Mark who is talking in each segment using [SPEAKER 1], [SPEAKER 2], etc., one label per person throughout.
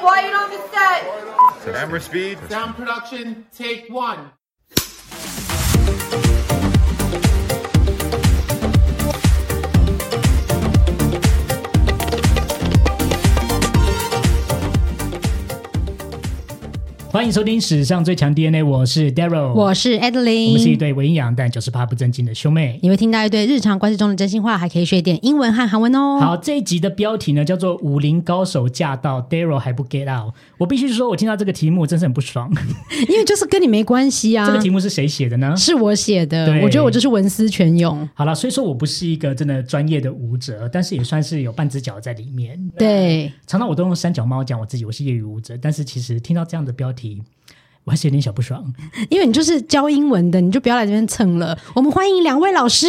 [SPEAKER 1] Quiet on the set.
[SPEAKER 2] Camera speed.
[SPEAKER 3] Sound production, take one.
[SPEAKER 4] 欢迎收听史上最强 DNA，我是 Daryl，
[SPEAKER 5] 我是
[SPEAKER 4] 嗯我们是一
[SPEAKER 5] Adeline。
[SPEAKER 4] 对伪阴阳但九十八不正经的兄妹。
[SPEAKER 5] 你会听到一堆日常关系中的真心话，还可以学一点英文和韩文哦。
[SPEAKER 4] 好，这一集的标题呢叫做“武林高手驾到，Daryl 还不 get out”。我必须说，我听到这个题目真是很不爽。
[SPEAKER 5] 因为就是跟你没关系啊。
[SPEAKER 4] 这个题目是谁写的呢？
[SPEAKER 5] 是我写的
[SPEAKER 4] 对，
[SPEAKER 5] 我觉得我就是文思泉涌。
[SPEAKER 4] 好了，虽说我不是一个真的专业的舞者，但是也算是有半只脚在里面。
[SPEAKER 5] 对，
[SPEAKER 4] 常常我都用三脚猫讲我自己，我是业余舞者，但是其实听到这样的标题，我还是有点小不爽。
[SPEAKER 5] 因为你就是教英文的，你就不要来这边蹭了。我们欢迎两位 老师。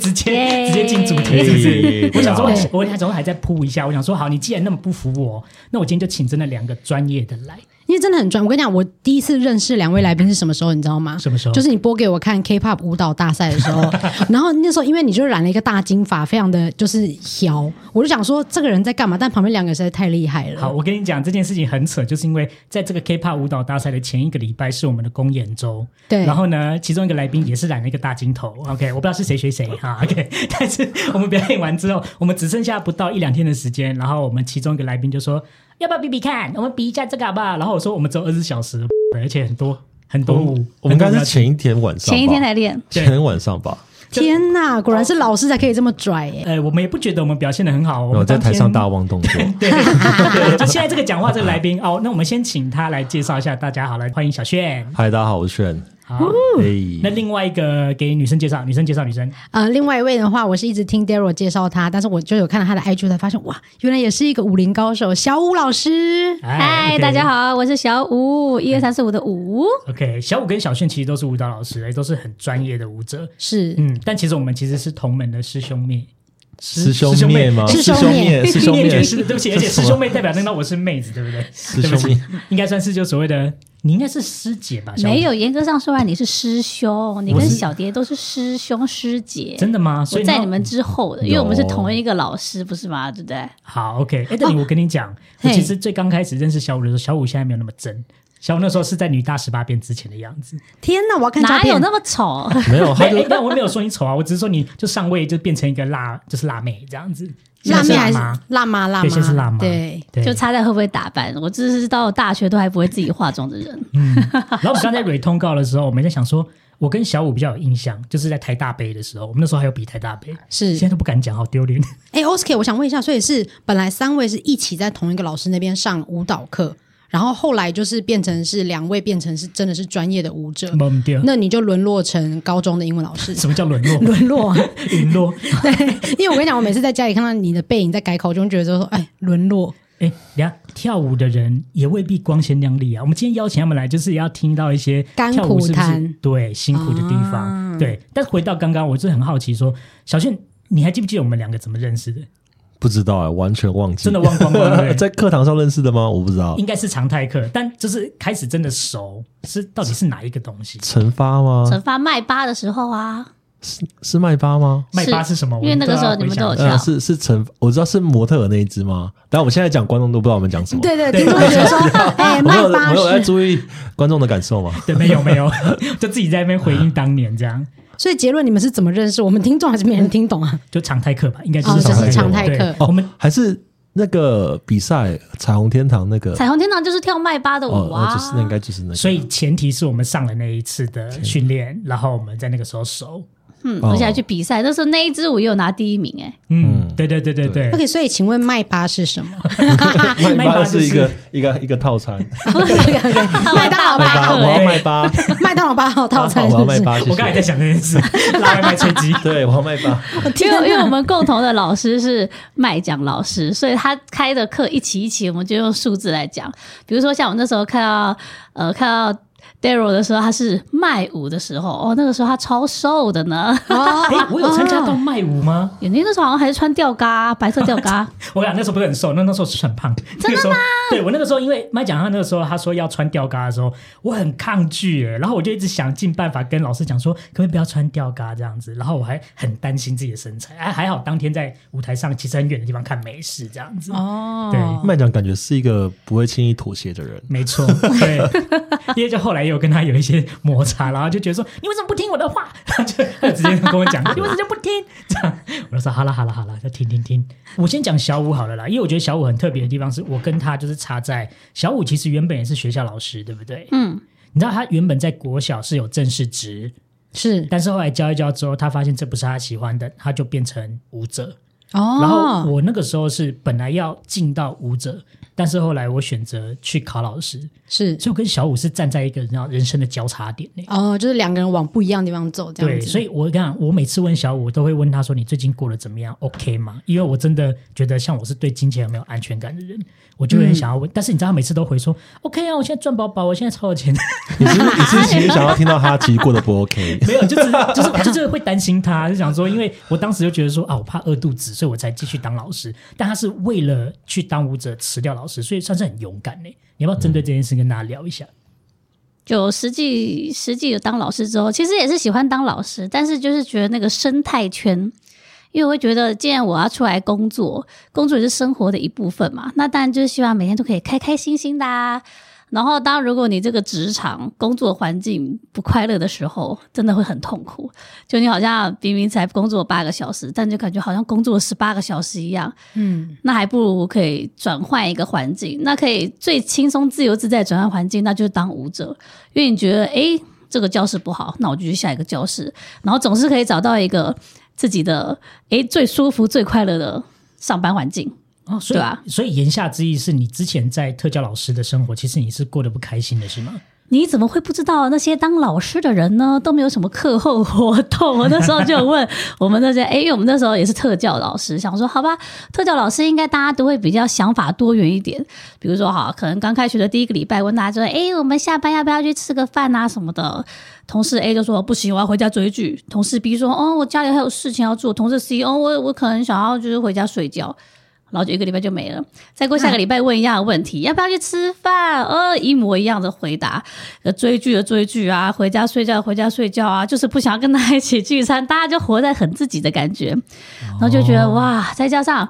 [SPEAKER 4] 直接
[SPEAKER 5] 耶
[SPEAKER 4] 直接进主题是不是
[SPEAKER 2] 耶？
[SPEAKER 4] 我想
[SPEAKER 6] 啊
[SPEAKER 4] 说
[SPEAKER 5] 对，
[SPEAKER 4] 我还总还在铺一下。我想说，好，你既然那么不服我，那我今天就请真的两个专业的来。
[SPEAKER 5] 因为真的很专，我跟你讲，我第一次认识两位来宾是什么时候，你知道吗？
[SPEAKER 4] 什么时候
[SPEAKER 5] 就是你播给我看 K-pop 舞蹈大赛的 时候，然后那时候因为你就染了一个大金发，非常的就是摇，我就想说这个人在干嘛？但旁边两个实在太厉
[SPEAKER 6] 嗯
[SPEAKER 5] 害了。
[SPEAKER 4] 好，我跟你讲这件事情很扯，就是因为在这个 K-pop 舞蹈大赛的前一个礼拜是我们的公演周，
[SPEAKER 5] 对
[SPEAKER 4] 然后呢，其中一个来宾也是染了一个大金头，OK，我不知道是谁学谁哈，OK，但 是我们表演完之后，我们只剩下不到一两天的时间，然后我们其中一个来宾就说要不要比比看，我们比一下这个好不好？然后我说我们只有二十小时，而且很多很多舞，
[SPEAKER 6] 哦嗯哎我
[SPEAKER 4] 很多
[SPEAKER 6] 们刚
[SPEAKER 4] 舞
[SPEAKER 6] 才
[SPEAKER 4] 要
[SPEAKER 6] 是前一天晚上吧，
[SPEAKER 7] 前一天才练，
[SPEAKER 4] 对
[SPEAKER 6] 前一天晚上吧，
[SPEAKER 5] 天呐，果然是老师才可以这么拽耶、
[SPEAKER 4] 呃，我们也不觉得我们表现的很好，我
[SPEAKER 6] 然后
[SPEAKER 4] 们
[SPEAKER 6] 哦在
[SPEAKER 4] 当天
[SPEAKER 6] 台 上大。汪动作。
[SPEAKER 4] 对，对，就现在这个讲话这个来宾哦，那我们先请他来介绍一下大家好了，欢迎小炫。
[SPEAKER 6] 嗨，大家好，我是炫。
[SPEAKER 4] 好，那
[SPEAKER 6] 哎，
[SPEAKER 4] 另外一个给女生介绍，女生介绍女生，
[SPEAKER 5] 呃，另外一位的话，我是一直听 Daryl 介绍他，但是我就有看到他的 IG 才发现，哇，原来也是一个武林高手，小武老师。
[SPEAKER 7] 嗨，
[SPEAKER 4] 哎 OK
[SPEAKER 7] 大家。好，我是小
[SPEAKER 6] 哎
[SPEAKER 7] 五，一二三四五的五，
[SPEAKER 6] 啊
[SPEAKER 4] OK，小五跟小炫其实都是舞蹈老师，也都是很专业的舞者。
[SPEAKER 5] 是，
[SPEAKER 4] 嗯，但其实我们其实是同门的师兄妹，
[SPEAKER 6] 师兄妹吗？
[SPEAKER 5] 师兄妹
[SPEAKER 6] 师兄
[SPEAKER 4] 灭
[SPEAKER 6] 妹，
[SPEAKER 4] 绝师，
[SPEAKER 6] 师
[SPEAKER 4] 对不起，而且师兄妹代表那到我是妹子，对不对？
[SPEAKER 6] 师
[SPEAKER 4] 对不
[SPEAKER 6] 兄
[SPEAKER 4] 起
[SPEAKER 6] 妹，
[SPEAKER 4] 应该算是就所谓的，你应该是师姐吧？小五
[SPEAKER 7] 没，有严格上说来你是师兄，你
[SPEAKER 6] 我
[SPEAKER 7] 跟
[SPEAKER 6] 是
[SPEAKER 7] 小蝶都是师兄师姐，
[SPEAKER 4] 真的吗？所
[SPEAKER 7] 我
[SPEAKER 4] 以
[SPEAKER 7] 在
[SPEAKER 4] 要
[SPEAKER 7] 你们之后的，因为我们是同一个老师，不是吗？对不对？
[SPEAKER 4] 好，OK。哎，但你我跟你讲，我
[SPEAKER 5] 哦嘿
[SPEAKER 4] 其实最刚开始认识小五的时候，小五现在没有那么真。小五那时候是在女大十八变之前的样子。
[SPEAKER 5] 天呐，我要看照
[SPEAKER 7] 哪
[SPEAKER 5] 片
[SPEAKER 7] 有。那么 丑？
[SPEAKER 6] 没有，他
[SPEAKER 4] 哎
[SPEAKER 6] 就
[SPEAKER 4] 哎但我没有说你丑啊，我只是说你就上位就变成一个辣，就是辣妹这样子。
[SPEAKER 5] 辣妹还
[SPEAKER 4] 现在
[SPEAKER 5] 是
[SPEAKER 4] 妈？
[SPEAKER 5] 辣妈？辣妈，
[SPEAKER 4] 对现在是辣妈
[SPEAKER 5] 对，
[SPEAKER 4] 对，
[SPEAKER 7] 就差在会不会打扮。我这是到大学都还不会自己化妆的 人，
[SPEAKER 4] 然后我们刚才蕊通告的时候，我们在想说，我跟小五比较有印象，就是在台大杯的时候，我们那时候还有比台大杯，
[SPEAKER 5] 是
[SPEAKER 4] 现在都不敢讲，好丢脸。
[SPEAKER 5] 哎，Oscar，我想问一下，所以是本来三位是一起在同一个老师那边上舞蹈课，然后后来就是变成是两位变成是真的是专业的舞者，
[SPEAKER 4] 我们丢，
[SPEAKER 5] 那你就沦落成高中的英文老 师。
[SPEAKER 4] 什么叫沦落？
[SPEAKER 5] 沦落，
[SPEAKER 4] 陨落？
[SPEAKER 5] 对， 因为我跟你讲，我每次在家里看到你的背影在改口，就会觉得说，哎，沦落，
[SPEAKER 4] 哎，你看跳舞的人也未必光鲜亮丽啊。我们今天邀请他们来，就是要听到一些
[SPEAKER 5] 甘
[SPEAKER 4] 跳舞是
[SPEAKER 5] 苦
[SPEAKER 4] 不是
[SPEAKER 5] 谈
[SPEAKER 4] 对辛苦的地方。
[SPEAKER 5] 啊
[SPEAKER 4] 对，但回到刚刚，我是很好奇说，小炫，你还记不记得我们两个怎么认识的？
[SPEAKER 6] 不知道哎，完全忘记，
[SPEAKER 4] 真的忘光光了
[SPEAKER 6] 在课堂上认识的吗？我不知道
[SPEAKER 4] 应，该是常态课，但就是开始真的熟，是到底是哪一个东西？
[SPEAKER 6] 惩罚吗？
[SPEAKER 7] 惩罚麦巴的时候 啊，
[SPEAKER 6] 是麦巴吗？
[SPEAKER 4] 麦巴是什么？
[SPEAKER 7] 因为那个时候
[SPEAKER 4] 我
[SPEAKER 7] 你
[SPEAKER 4] 不
[SPEAKER 7] 们
[SPEAKER 4] 知道
[SPEAKER 7] 都
[SPEAKER 4] 回
[SPEAKER 7] 有
[SPEAKER 4] 想一下
[SPEAKER 7] 跳
[SPEAKER 6] 呃，是是惩，我知道是模特儿那一只吗？但我现在讲观众都不知道我们讲什么。
[SPEAKER 5] 对对，听众会觉得说，哎，
[SPEAKER 6] 我
[SPEAKER 5] 卖
[SPEAKER 6] 有
[SPEAKER 5] 八
[SPEAKER 6] 我有在
[SPEAKER 5] 十。
[SPEAKER 6] 注意观众的感受吗？
[SPEAKER 4] 对，没有没有，就自己在那边回应当年这样，
[SPEAKER 5] 所以结论，你们是怎么认识？我们听众还是没人听懂 啊？
[SPEAKER 4] 就常态课吧，应该就
[SPEAKER 5] 哦
[SPEAKER 4] 是
[SPEAKER 5] 这
[SPEAKER 6] 是常
[SPEAKER 5] 态
[SPEAKER 4] 对
[SPEAKER 5] 课
[SPEAKER 4] 我们
[SPEAKER 6] 哦还是那个比赛彩虹天堂那个？
[SPEAKER 7] 彩虹天堂就是跳麦巴的
[SPEAKER 6] 哦
[SPEAKER 7] 舞，啊
[SPEAKER 6] 那，就是那应该就是那个。
[SPEAKER 4] 所以前提是我们上了那一次的训练，然后我们在那个时候熟。
[SPEAKER 7] 嗯，
[SPEAKER 6] 哦
[SPEAKER 7] 而且还去比赛，那时候那一支舞也有拿第一名哎。
[SPEAKER 4] 嗯，
[SPEAKER 6] 嗯
[SPEAKER 4] 对对对对对。
[SPEAKER 5] OK，所以请问麦巴是什么？
[SPEAKER 4] 麦
[SPEAKER 6] 麦
[SPEAKER 4] 巴
[SPEAKER 6] 巴
[SPEAKER 4] 就是
[SPEAKER 6] 啊是一个一个一个套餐，
[SPEAKER 5] 麦当劳八
[SPEAKER 6] 麦巴
[SPEAKER 5] 号
[SPEAKER 6] 我，要麦 巴，
[SPEAKER 5] 麦当劳八号套餐
[SPEAKER 6] 我
[SPEAKER 5] 是
[SPEAKER 6] 要
[SPEAKER 5] 不
[SPEAKER 6] 麦
[SPEAKER 5] 是？
[SPEAKER 6] 巴，谢谢
[SPEAKER 4] 我刚才在想这件事， 拉外卖吹鸡。
[SPEAKER 6] 对，我要麦巴，
[SPEAKER 7] 因为因为我们共同的老师是麦讲老师，所以他开的课一期一期，我们就用数字来讲。比如说像我那时候看到呃看到 Daryl 的时候，他是卖舞的时候，哦，那个时候他超瘦的呢。
[SPEAKER 5] 哦
[SPEAKER 4] 哎，我有参加到卖舞吗？
[SPEAKER 7] 眼睛那时候好像还是穿吊嘎，白色吊嘎，
[SPEAKER 4] 我俩那时候不是很瘦，那那时候是很胖。真的吗？对我那个时候，因为麦讲他那个时候他说要穿吊嘎的时候，我很抗拒，哎然后我就一直想尽办法跟老师讲说，可不可以不要穿吊嘎这样子？然后我还很担心自己的身材，哎，还好当天在舞台上其实很远的地方看美食这样子。
[SPEAKER 5] 哦，
[SPEAKER 4] 对
[SPEAKER 6] 麦讲感觉是一个不会轻易妥协的 人。
[SPEAKER 4] 没错，对， 因为就后来也有跟他有一些摩擦，然后就觉得说你为什么不听我的话？ 他就他直接跟我讲，你为什么不听？这样，我就说好了好了好了，就听听听。我先讲小五好了啦，因为我觉得小五很特别的地方是我跟他就是差在小五其实原本也是学校老师，对不对？
[SPEAKER 7] 嗯，
[SPEAKER 4] 你知道他原本在国小是有正式职，
[SPEAKER 5] 是
[SPEAKER 4] 但是后来教一教之后，他发现这不是他喜欢的，他就变成舞者。
[SPEAKER 5] 哦，
[SPEAKER 4] 然后我那个时候是本来要进到舞者，但是后来我选择去考老师，
[SPEAKER 5] 是
[SPEAKER 4] 所以我跟小五是站在一个你知道人生的交叉点内。
[SPEAKER 5] 哦，就是两个人往不一样的地方走，这样
[SPEAKER 4] 对，
[SPEAKER 5] 子。
[SPEAKER 4] 所以我跟你讲，我每次问小五，我都会问他说：“你最近过得怎么样？OK 吗？”因为我真的觉得，像我是对金钱很没有安全感的人，我就会很想要
[SPEAKER 5] 嗯
[SPEAKER 4] 问。但是你知道，他每次都回说：“OK 啊，我现在赚饱饱，我现在超有钱。
[SPEAKER 6] 你是不是你是不是其实想要听到他其实过得不 OK？”
[SPEAKER 4] 没有，就是 就是就是会担心他，就想说，因为我当时就觉得说啊，我怕饿肚子，所以我才继续当老师。但他是为了去当舞者辞掉老师，所以算是很勇敢嘞。你要不要针对
[SPEAKER 5] 嗯
[SPEAKER 4] 这件事跟大家聊一下？
[SPEAKER 7] 就实际实际有当老师之后，其实也是喜欢当老师，但是就是觉得那个生态圈，因为我会觉得，既然我要出来工作，工作也是生活的一部分嘛，那当然就是希望每天都可以开开心心的、啊。然后，当如果你这个职场工作环境不快乐的时候，真的会很痛苦。就你好像明明才工作八个小时，但就感觉好像工作十八个小时一样。
[SPEAKER 5] 嗯，
[SPEAKER 7] 那还不如可以转换一个环境，那可以最轻松、自由自在转换环境，那就是当舞者。因为你觉得，诶，这个教室不好，那我就去下一个教室，然后总是可以找到一个自己的，诶，最舒服、最快乐的上班环境。
[SPEAKER 4] 哦，所以、
[SPEAKER 7] 对啊
[SPEAKER 4] 所以言下之意是你之前在特教老师的生活，其实你是过得不开心的，是吗？
[SPEAKER 7] 你怎么会不知道那些当老师的人呢？都没有什么课后活动。 我那时候就有问我们那些，哎，因为我们那时候也是特教老师，想说好吧，特教老师应该大家都会比较想法多元一点。比如说，哈，可能刚开学的第一个礼拜，问大家说，哎，我们下班要不要去吃个饭啊什么的。同事 A 就说不行，我要回家追剧。同事 B 说，哦，我家里还有事情要做。同事 C，哦，我我可能想要就是回家睡觉。然后就一个礼拜就没了。再过下个礼拜问一样的问题，要不要去吃饭？呃，一模一样的回答。呃，追剧的追剧啊，回家睡觉的回家睡觉啊，就是不想要跟他一起聚餐，大家就活在很自己的感觉，然后就觉得哇，再加上。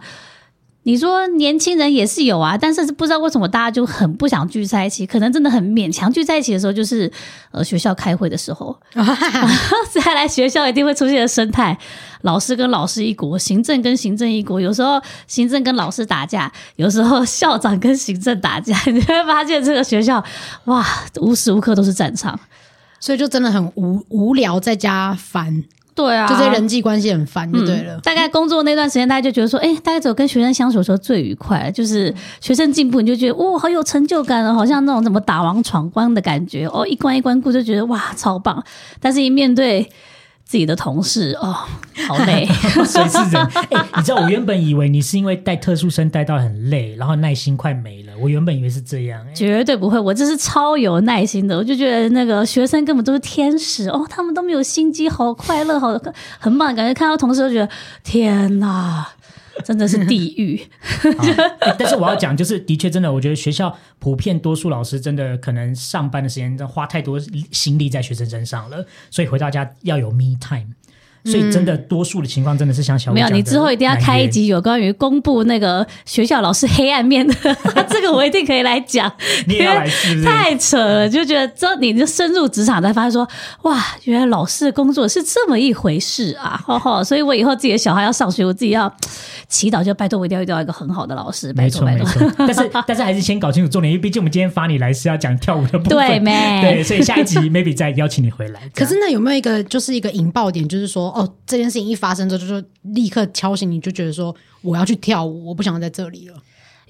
[SPEAKER 7] 你说年轻人也是有啊，但是不知道为什么大家就很不想聚在一起，可能真的很勉强聚在一起的时候，就是呃学校开会的时候， 再来学校一定会出现的生态，老师跟老师一国，行政跟行政一国，有时候行政跟老师打架，有时候校长跟行政打架，你会发现这个学校哇，无时无刻都是战场。
[SPEAKER 5] 所以就真的很无无聊，在家烦，
[SPEAKER 7] 对啊
[SPEAKER 5] 就这些人际关系很烦，就对了。
[SPEAKER 7] 大概工作那段时间，大家就觉得说，哎、大概只有跟学生相处的时候最愉快，就是学生进步，你就觉得哇、好有成就感哦，好像那种怎么打王闯关的感觉哦，一关一关过就觉得哇，超棒。但是，一面对自己的同事，哦，好累。
[SPEAKER 4] 所以是人。哎、你知道我原本以为你是因为带特殊生带到很累，然后耐心快没了，我原本以为是这样、哎
[SPEAKER 7] 绝对不会，我这是超有耐心的。我就觉得那个学生根本都是天使哦，他们都没有心机，好快乐，好很棒。感觉看到同事都觉得天哪，真的是地狱。
[SPEAKER 4] 欸但是我要讲，就是的确真的，我觉得学校普遍多数老师真的可能上班的时间真的花太多心力在学生身上了，所以回到家要有 me time。所以真的多数的情况真的是像小五
[SPEAKER 7] 嗯没有，
[SPEAKER 4] 讲的
[SPEAKER 7] 你之后一定要开一集有关于公布那个学校老师黑暗面的， 这个我一定可以来讲。
[SPEAKER 4] 难言，你也要来是不是？
[SPEAKER 7] 太扯了，就觉得这你就深入职场才发现说，哇，原来老师的工作是这么一回事啊！ 哈哈，所以我以后自己的小孩要上学，我自己要祈祷，就拜托我一定要遇到一个很好的老师，拜
[SPEAKER 4] 没
[SPEAKER 7] 托
[SPEAKER 4] 错
[SPEAKER 7] 拜
[SPEAKER 4] 没
[SPEAKER 7] 托。
[SPEAKER 4] 错，但是 但是还是先搞清楚重点，因为毕竟我们今天发你来是要讲跳舞的部分，
[SPEAKER 7] 对没
[SPEAKER 4] 对，所以下一集 maybe 再邀请你回来。
[SPEAKER 5] 可是那有没有一个就是一个引爆点，就是说哦，这件事情一发生之后，就就立刻敲醒你，就觉得说我要去跳舞，我不想在这里了。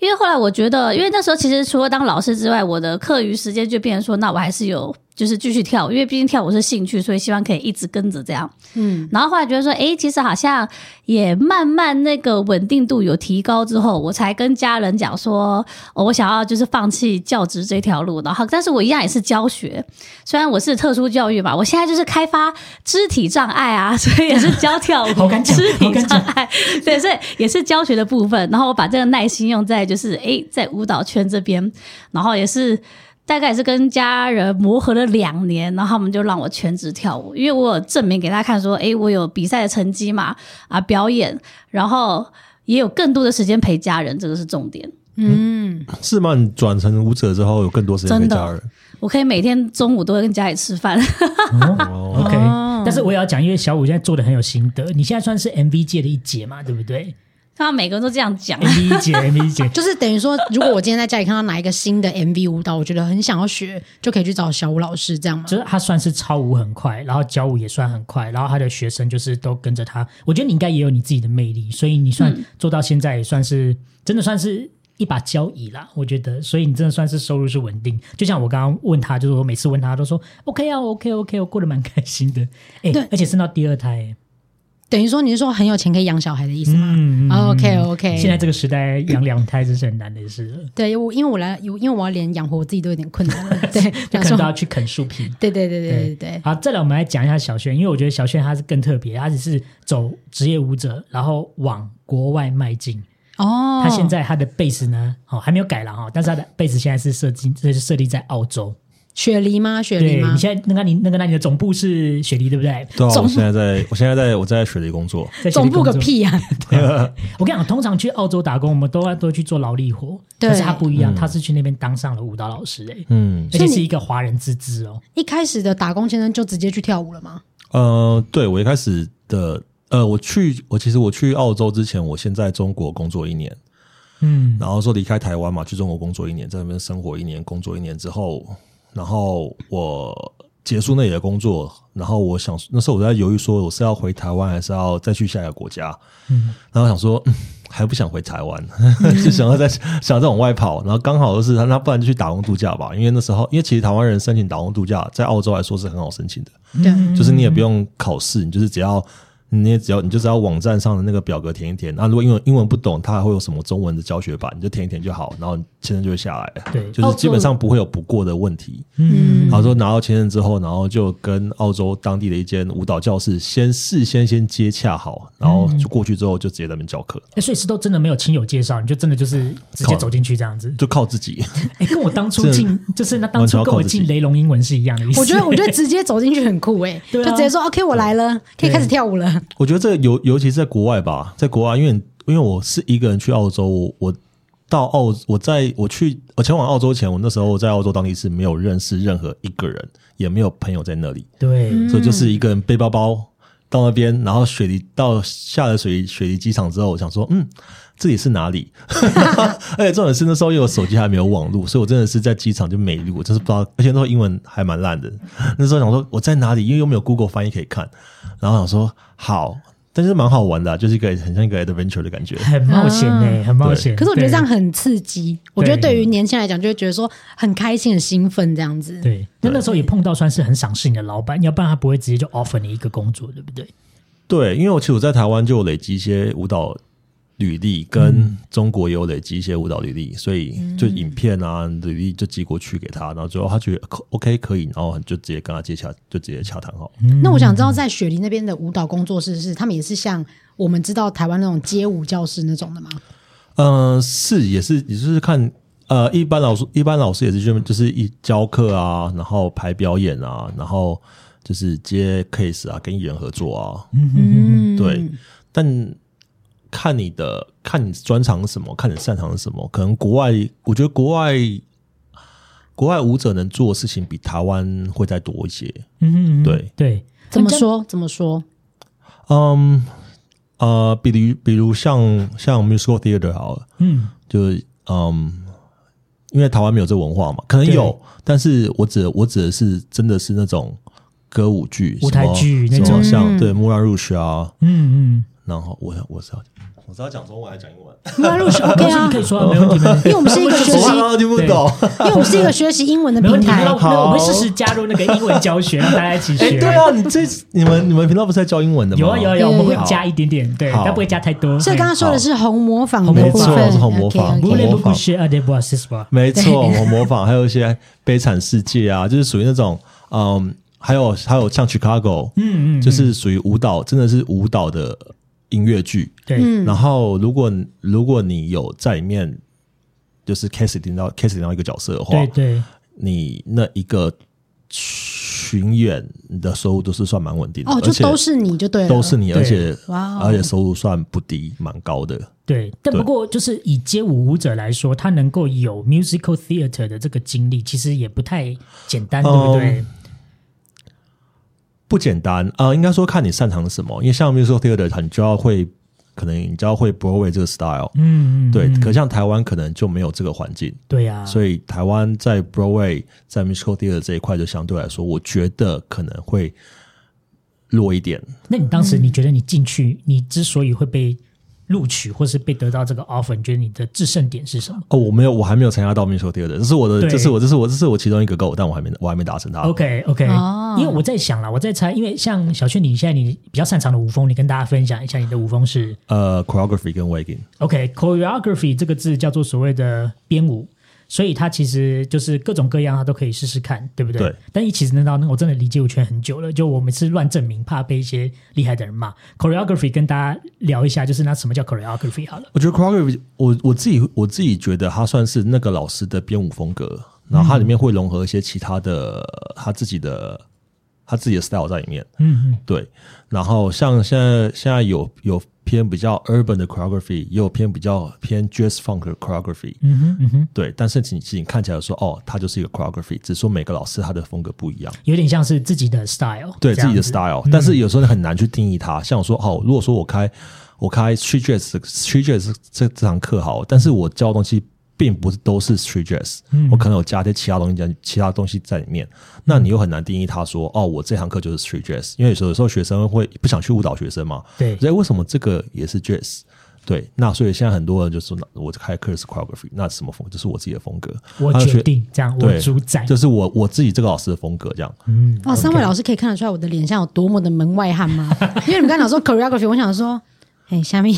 [SPEAKER 7] 因为后来我觉得，因为那时候其实除了当老师之外，我的课余时间就变成说，那我还是有就是继续跳，因为毕竟跳舞是兴趣，所以希望可以一直跟着这样。
[SPEAKER 5] 嗯，
[SPEAKER 7] 然后后来觉得说，哎，其实好像也慢慢那个稳定度有提高之后，我才跟家人讲说，哦、我想要就是放弃教职这条路，然后但是我一样也是教学，虽然我是特殊教育吧，我现在就是开发肢体障碍啊，所以也是教跳
[SPEAKER 4] 好
[SPEAKER 7] 舞，
[SPEAKER 4] 敢讲
[SPEAKER 7] 肢体
[SPEAKER 4] 好敢
[SPEAKER 7] 障
[SPEAKER 4] 讲
[SPEAKER 7] 碍，对，所以也是教学的部分。然后我把这个耐心用在就是诶，在舞蹈圈这边，然后也是大概也是跟家人磨合了两年，然后他们就让我全职跳舞，因为我有证明给大家看说，诶，我有比赛的成绩嘛，啊，表演，然后也有更多的时间陪家人，这个是重点。
[SPEAKER 6] 是吗？你转成舞者之后，有更多时间陪
[SPEAKER 7] 真的
[SPEAKER 6] 家人。
[SPEAKER 7] 我可以每天中午都会跟家里吃饭，
[SPEAKER 6] 哦，
[SPEAKER 4] OK，、但是我也要讲，因为小五现在做的很有心得，你现在算是 MV 界的一姐嘛，对不对
[SPEAKER 7] 看到每个人都这样
[SPEAKER 6] 哎
[SPEAKER 7] 讲，
[SPEAKER 4] ？MV 姐，MV 姐，
[SPEAKER 5] 就是等于说，如果我今天在家里看到哪一个新的 MV 舞蹈，我觉得很想要学，就可以去找小舞老师这样吗？
[SPEAKER 4] 就是他算是超舞很快，然后教舞也算很快，然后他的学生就是都跟着他。我觉得你应该也有你自己的魅力，所以你算、做到现在也算是真的算是一把交椅啦。我觉得，所以你真的算是收入是稳定。就像我刚刚问他，就是我每次问他都说 OK 啊，OK OK，我过得蛮开心的。哎、
[SPEAKER 5] 对
[SPEAKER 4] 而且生到第二胎、哎
[SPEAKER 5] 等于说你是说很有钱可以养小孩的意思吗？哦
[SPEAKER 4] 嗯
[SPEAKER 5] OK OK，
[SPEAKER 4] 现在这个时代养两胎真是很难的事了，
[SPEAKER 5] 对我因为我来，因为我要连养活我自己都有点困难了，对，
[SPEAKER 4] 就
[SPEAKER 5] 想
[SPEAKER 4] 可能都
[SPEAKER 5] 说
[SPEAKER 4] 要去啃树皮。
[SPEAKER 5] 对对对对对对，
[SPEAKER 4] 好，再来我们来讲一下小轩，因为我觉得小轩他是更特别，他只是走职业舞者，然后往国外迈进。
[SPEAKER 5] 哦，
[SPEAKER 4] 他现在他的贝斯呢，哦还没有改了哈，但是他的贝斯现在是设计，这是设立在澳洲。
[SPEAKER 5] 雪梨吗？雪梨
[SPEAKER 4] 对
[SPEAKER 5] 吗
[SPEAKER 4] 你？现在那个你那个那你的总部是雪梨对不对？
[SPEAKER 6] 对啊，
[SPEAKER 5] 总
[SPEAKER 6] 我现在在，我现在在我在雪梨工作，
[SPEAKER 4] 在雪梨
[SPEAKER 5] 总部个
[SPEAKER 4] 工作！
[SPEAKER 5] 屁啊！
[SPEAKER 4] 我跟你讲，通常去澳洲打工，我们都要都会去做劳力活，
[SPEAKER 5] 对
[SPEAKER 4] 可是他不一样，他是去那边当上了舞蹈老师哎、
[SPEAKER 6] 嗯，
[SPEAKER 4] 而
[SPEAKER 5] 所以
[SPEAKER 4] 且
[SPEAKER 5] 你
[SPEAKER 4] 是一个华人之资哦。
[SPEAKER 5] 一开始的打工先生就直接去跳舞了吗？
[SPEAKER 6] 呃，对我一开始的，呃，我去，我其实我去澳洲之前，我先在中国工作一年，
[SPEAKER 4] 嗯，
[SPEAKER 6] 然后说离开台湾嘛，去中国工作一年，在那边生活一年，工作一年之后，然后我结束那里的工作，然后我想那时候我在犹豫说我是要回台湾还是要再去下一个国家，嗯，然后想说。嗯还不想回台湾， 就想要在想再往外跑，然后刚好就是那不然就去打工度假吧，因为那时候因为其实台湾人申请打工度假在澳洲来说是很好申请的，
[SPEAKER 5] 对，
[SPEAKER 4] 嗯
[SPEAKER 6] 就是你也不用考试，你就是只要你也只要你就只要网站上的那个表格填一填。那、如果英文英文不懂，它还会有什么中文的教学版，你就填一填就好，然后签证就会下来了。
[SPEAKER 4] 对
[SPEAKER 6] 就是基本上不会有不过的问题。
[SPEAKER 5] 嗯
[SPEAKER 6] 然后说拿到签证之后，然后就跟澳洲当地的一间舞蹈教室先事先先接洽好，然后就过去之后就直接在那边教课，
[SPEAKER 4] 哎，所以是都真的没有亲友介绍，你就真的就是直接
[SPEAKER 6] 靠
[SPEAKER 4] 走进去这样子。
[SPEAKER 6] 就靠自己。
[SPEAKER 4] 哎，跟我当初
[SPEAKER 6] 这
[SPEAKER 4] 进就是那当
[SPEAKER 6] 完全
[SPEAKER 4] 初
[SPEAKER 6] 要
[SPEAKER 4] 跟我
[SPEAKER 6] 靠自己
[SPEAKER 4] 进雷龙英文是一样的意思。
[SPEAKER 5] 我觉得我觉得直接走进去很酷哎、
[SPEAKER 4] 对啊
[SPEAKER 5] 就直接说 OK 我来了，可以开始跳舞了。
[SPEAKER 6] 我觉得这个尤尤其是在国外吧，在国外，因为因为我是一个人去澳洲，我我到澳我在我去我前往澳洲前，我那时候在澳洲当地是没有认识任何一个人，也没有朋友在那里，
[SPEAKER 4] 对，
[SPEAKER 5] 嗯
[SPEAKER 6] 所以就是一个人背包包到那边，然后雪梨到下了雪梨雪梨机场之后，我想说，嗯，这里是哪里？ 而且重点是那时候又有手机还没有网络，所以我真的是在机场就没路，我真是不知道，而且那时候英文还蛮烂的。那时候想说我在哪里，因为又没有 Google 翻译可以看，然后想说好，但是蛮好玩的啊、就是一个很像一个 adventure 的感觉。
[SPEAKER 4] 很冒险哎，很冒险。
[SPEAKER 5] 嗯 可是我觉得
[SPEAKER 4] 对
[SPEAKER 5] 这样很刺激，我觉得对于年轻人来讲，就会觉得说很开心、很兴奋这样子。
[SPEAKER 4] 对，那那时候也碰到算是很赏识你的老板，要不然他不会直接就 offer 你一个工作，对不对？
[SPEAKER 6] 对，因为我其实我在台湾就有累积一些舞蹈履历，跟中国也有累积一些舞蹈履历，所以就影片啊履历就寄过去给他，然后最后他觉得可 OK 可以，然后就直接跟他接洽，就直接洽谈好。
[SPEAKER 5] 那我想
[SPEAKER 6] 嗯
[SPEAKER 5] 知道，在雪梨那边的舞蹈工作室是他们也是像我们知道台湾那种街舞教室那种的吗？
[SPEAKER 6] 嗯、是也是，也就是看呃，一般老师一般老师也是就是就是一教课啊，然后排表演啊，然后就是接 case 啊，跟艺人合作啊，
[SPEAKER 5] 嗯，
[SPEAKER 6] 对，但看你的看你专长是什么，看你擅长是什么，可能国外，我觉得国外国外舞者能做的事情比台湾会再多一些。
[SPEAKER 4] 嗯，
[SPEAKER 6] 对
[SPEAKER 4] 对，
[SPEAKER 5] 怎么说？怎么说？
[SPEAKER 6] 嗯，呃，比如比如像像 musical theater 好了，
[SPEAKER 4] 嗯，
[SPEAKER 6] 就是嗯。因为台湾没有这文化嘛，可能有，但是我指我指的是真的是那种歌舞剧、
[SPEAKER 4] 舞台剧
[SPEAKER 6] 什么
[SPEAKER 4] 那
[SPEAKER 6] 什
[SPEAKER 4] 种
[SPEAKER 6] 么
[SPEAKER 4] 嗯
[SPEAKER 6] 像对《木兰入学》啊，
[SPEAKER 4] 嗯嗯
[SPEAKER 6] 然后我我是要我是要讲中文还是讲英文？
[SPEAKER 5] 没关 系，OK
[SPEAKER 4] 是
[SPEAKER 5] 啊
[SPEAKER 4] 你可，以说啊没问题，没问
[SPEAKER 5] 因
[SPEAKER 4] 题。
[SPEAKER 5] 为我们是一个学
[SPEAKER 6] 我
[SPEAKER 5] 习，
[SPEAKER 6] 刚刚听不懂。
[SPEAKER 5] 因为我们是一个学习英文的
[SPEAKER 4] 没问
[SPEAKER 5] 平
[SPEAKER 4] 题，
[SPEAKER 5] 台
[SPEAKER 4] 那。我那我们
[SPEAKER 6] 好
[SPEAKER 4] 适时加入那个英文教学，让大家一起
[SPEAKER 6] 哎、
[SPEAKER 4] 学。
[SPEAKER 6] 对啊，你这你们你们频道不是在教英文的吗？
[SPEAKER 4] 有啊有啊有啊，
[SPEAKER 5] 有
[SPEAKER 4] 我们会
[SPEAKER 5] 有
[SPEAKER 4] 加一点点，对，
[SPEAKER 6] 好
[SPEAKER 4] 但不会加太多。
[SPEAKER 5] 所以刚刚说的是红模仿的
[SPEAKER 4] 没
[SPEAKER 5] 部
[SPEAKER 4] 错
[SPEAKER 5] 分，
[SPEAKER 6] 是红模仿
[SPEAKER 5] OK，OK
[SPEAKER 4] 无论
[SPEAKER 6] 我模
[SPEAKER 4] 不
[SPEAKER 6] 仿
[SPEAKER 4] 不是二点不二是什么？
[SPEAKER 6] 没错，我模仿，还有一些悲惨世界啊，就是属于那种，嗯，还有还有像 Chicago，
[SPEAKER 4] 嗯嗯，
[SPEAKER 6] 就是属于舞蹈，真的是舞蹈的音乐剧。
[SPEAKER 4] 对，
[SPEAKER 5] 嗯
[SPEAKER 6] 然后如果如果你有在里面，就是 casting 到 casting 到一个角色的话，
[SPEAKER 4] 对对，
[SPEAKER 6] 你那一个群演的收入都是算蛮稳定的，
[SPEAKER 5] 哦，
[SPEAKER 6] 而
[SPEAKER 5] 就
[SPEAKER 6] 且
[SPEAKER 5] 都是你就对了，
[SPEAKER 6] 都是你，
[SPEAKER 4] 对
[SPEAKER 6] 而且
[SPEAKER 5] 哇哦
[SPEAKER 6] 而且收入算不低，蛮高的。
[SPEAKER 4] 对，但
[SPEAKER 6] 对
[SPEAKER 4] 不过就是以街舞舞者来说，他能够有 musical theater 的这个经历，其实也不太简单，对
[SPEAKER 6] 哦
[SPEAKER 4] 不对？
[SPEAKER 6] 不简单啊、呃应该说看你擅长什么，因为像 musical theater，它你就要会，可能你就要会 Broadway 这个 style，、
[SPEAKER 4] 嗯，嗯
[SPEAKER 6] 对。
[SPEAKER 4] 嗯
[SPEAKER 6] 可像台湾可能就没有这个环境，
[SPEAKER 4] 对啊呀，
[SPEAKER 6] 所以台湾在 Broadway 在 musical theater 这一块就相对来说，我觉得可能会弱一点。
[SPEAKER 4] 那你当时你觉得你进去，你之所以会被录取，或是被得到这个 offer，你觉得你的制胜点是什么
[SPEAKER 6] 哦，我没有，我还没有参加到 musical theater，这是我的，
[SPEAKER 4] 对
[SPEAKER 6] 这是我，这是我，这是我其中一个 goal，但我还没，我还没达成它。
[SPEAKER 4] ？OK OK，
[SPEAKER 5] 哦
[SPEAKER 4] 因为我在想啦，我在猜，因为像小雀，你现在你比较擅长的舞风，你跟大家分享一下你的舞风是
[SPEAKER 6] 呃，choreography 跟 wagging，
[SPEAKER 4] OK choreography 这个字叫做所谓的编舞。所以它其实就是各种各样，它都可以试试看，对不对？
[SPEAKER 6] 对
[SPEAKER 4] 但一其实那道，那我真的离街舞圈很久了，就我每次乱证明，怕被一些厉害的人骂。choreography 跟大家聊一下，就是那什么叫 choreography 好了。
[SPEAKER 6] 我觉得 choreography，我我自己我自己觉得它算是那个老师的编舞风格，然后它里
[SPEAKER 4] 嗯
[SPEAKER 6] 面会融合一些其他的他自己的他自己的 style 在里面。
[SPEAKER 4] 嗯嗯，
[SPEAKER 6] 对，然后像现在现在有有偏比较 urban 的 choreography，也有偏比较偏 jazz funk 的 choreography。
[SPEAKER 4] 嗯哼，嗯哼，
[SPEAKER 6] 对，但是你你看起来说哦，它就是一个 choreography，只是说每个老师他的风格不一样。
[SPEAKER 4] 有点像是自己的 style，
[SPEAKER 6] 对
[SPEAKER 4] 这
[SPEAKER 6] 自
[SPEAKER 4] 样
[SPEAKER 6] 己的
[SPEAKER 4] 子嗯
[SPEAKER 6] style，、但是有时候你很难去定义它。像我说，哦，如果说我开我开 street jazz street jazz 这这堂课好，但是我教的东西并不是都是 street jazz，、我
[SPEAKER 4] 嗯
[SPEAKER 6] 可能有加一些其他东西在其他东西在里面，那你又很难定义它说，哦，我这堂课就是 street jazz，因为有时候有时候学生会不想去误导学生嘛，
[SPEAKER 4] 对
[SPEAKER 6] 哎所以为什么这个也是 jazz？对，那所以现在很多人就说，那我开课是 choreography，那什么风格？这是我自己的风格，
[SPEAKER 4] 我
[SPEAKER 6] 他就
[SPEAKER 4] 决
[SPEAKER 6] 觉
[SPEAKER 4] 定这样，我
[SPEAKER 6] 对
[SPEAKER 4] 主宰。嗯
[SPEAKER 6] 这是我我自己这个老师的风格这样。
[SPEAKER 5] 哇，三位老师可以看得出来我的脸上有多么的门外汉吗？ 因为你们刚才讲说 choreography，我想说，哎，下面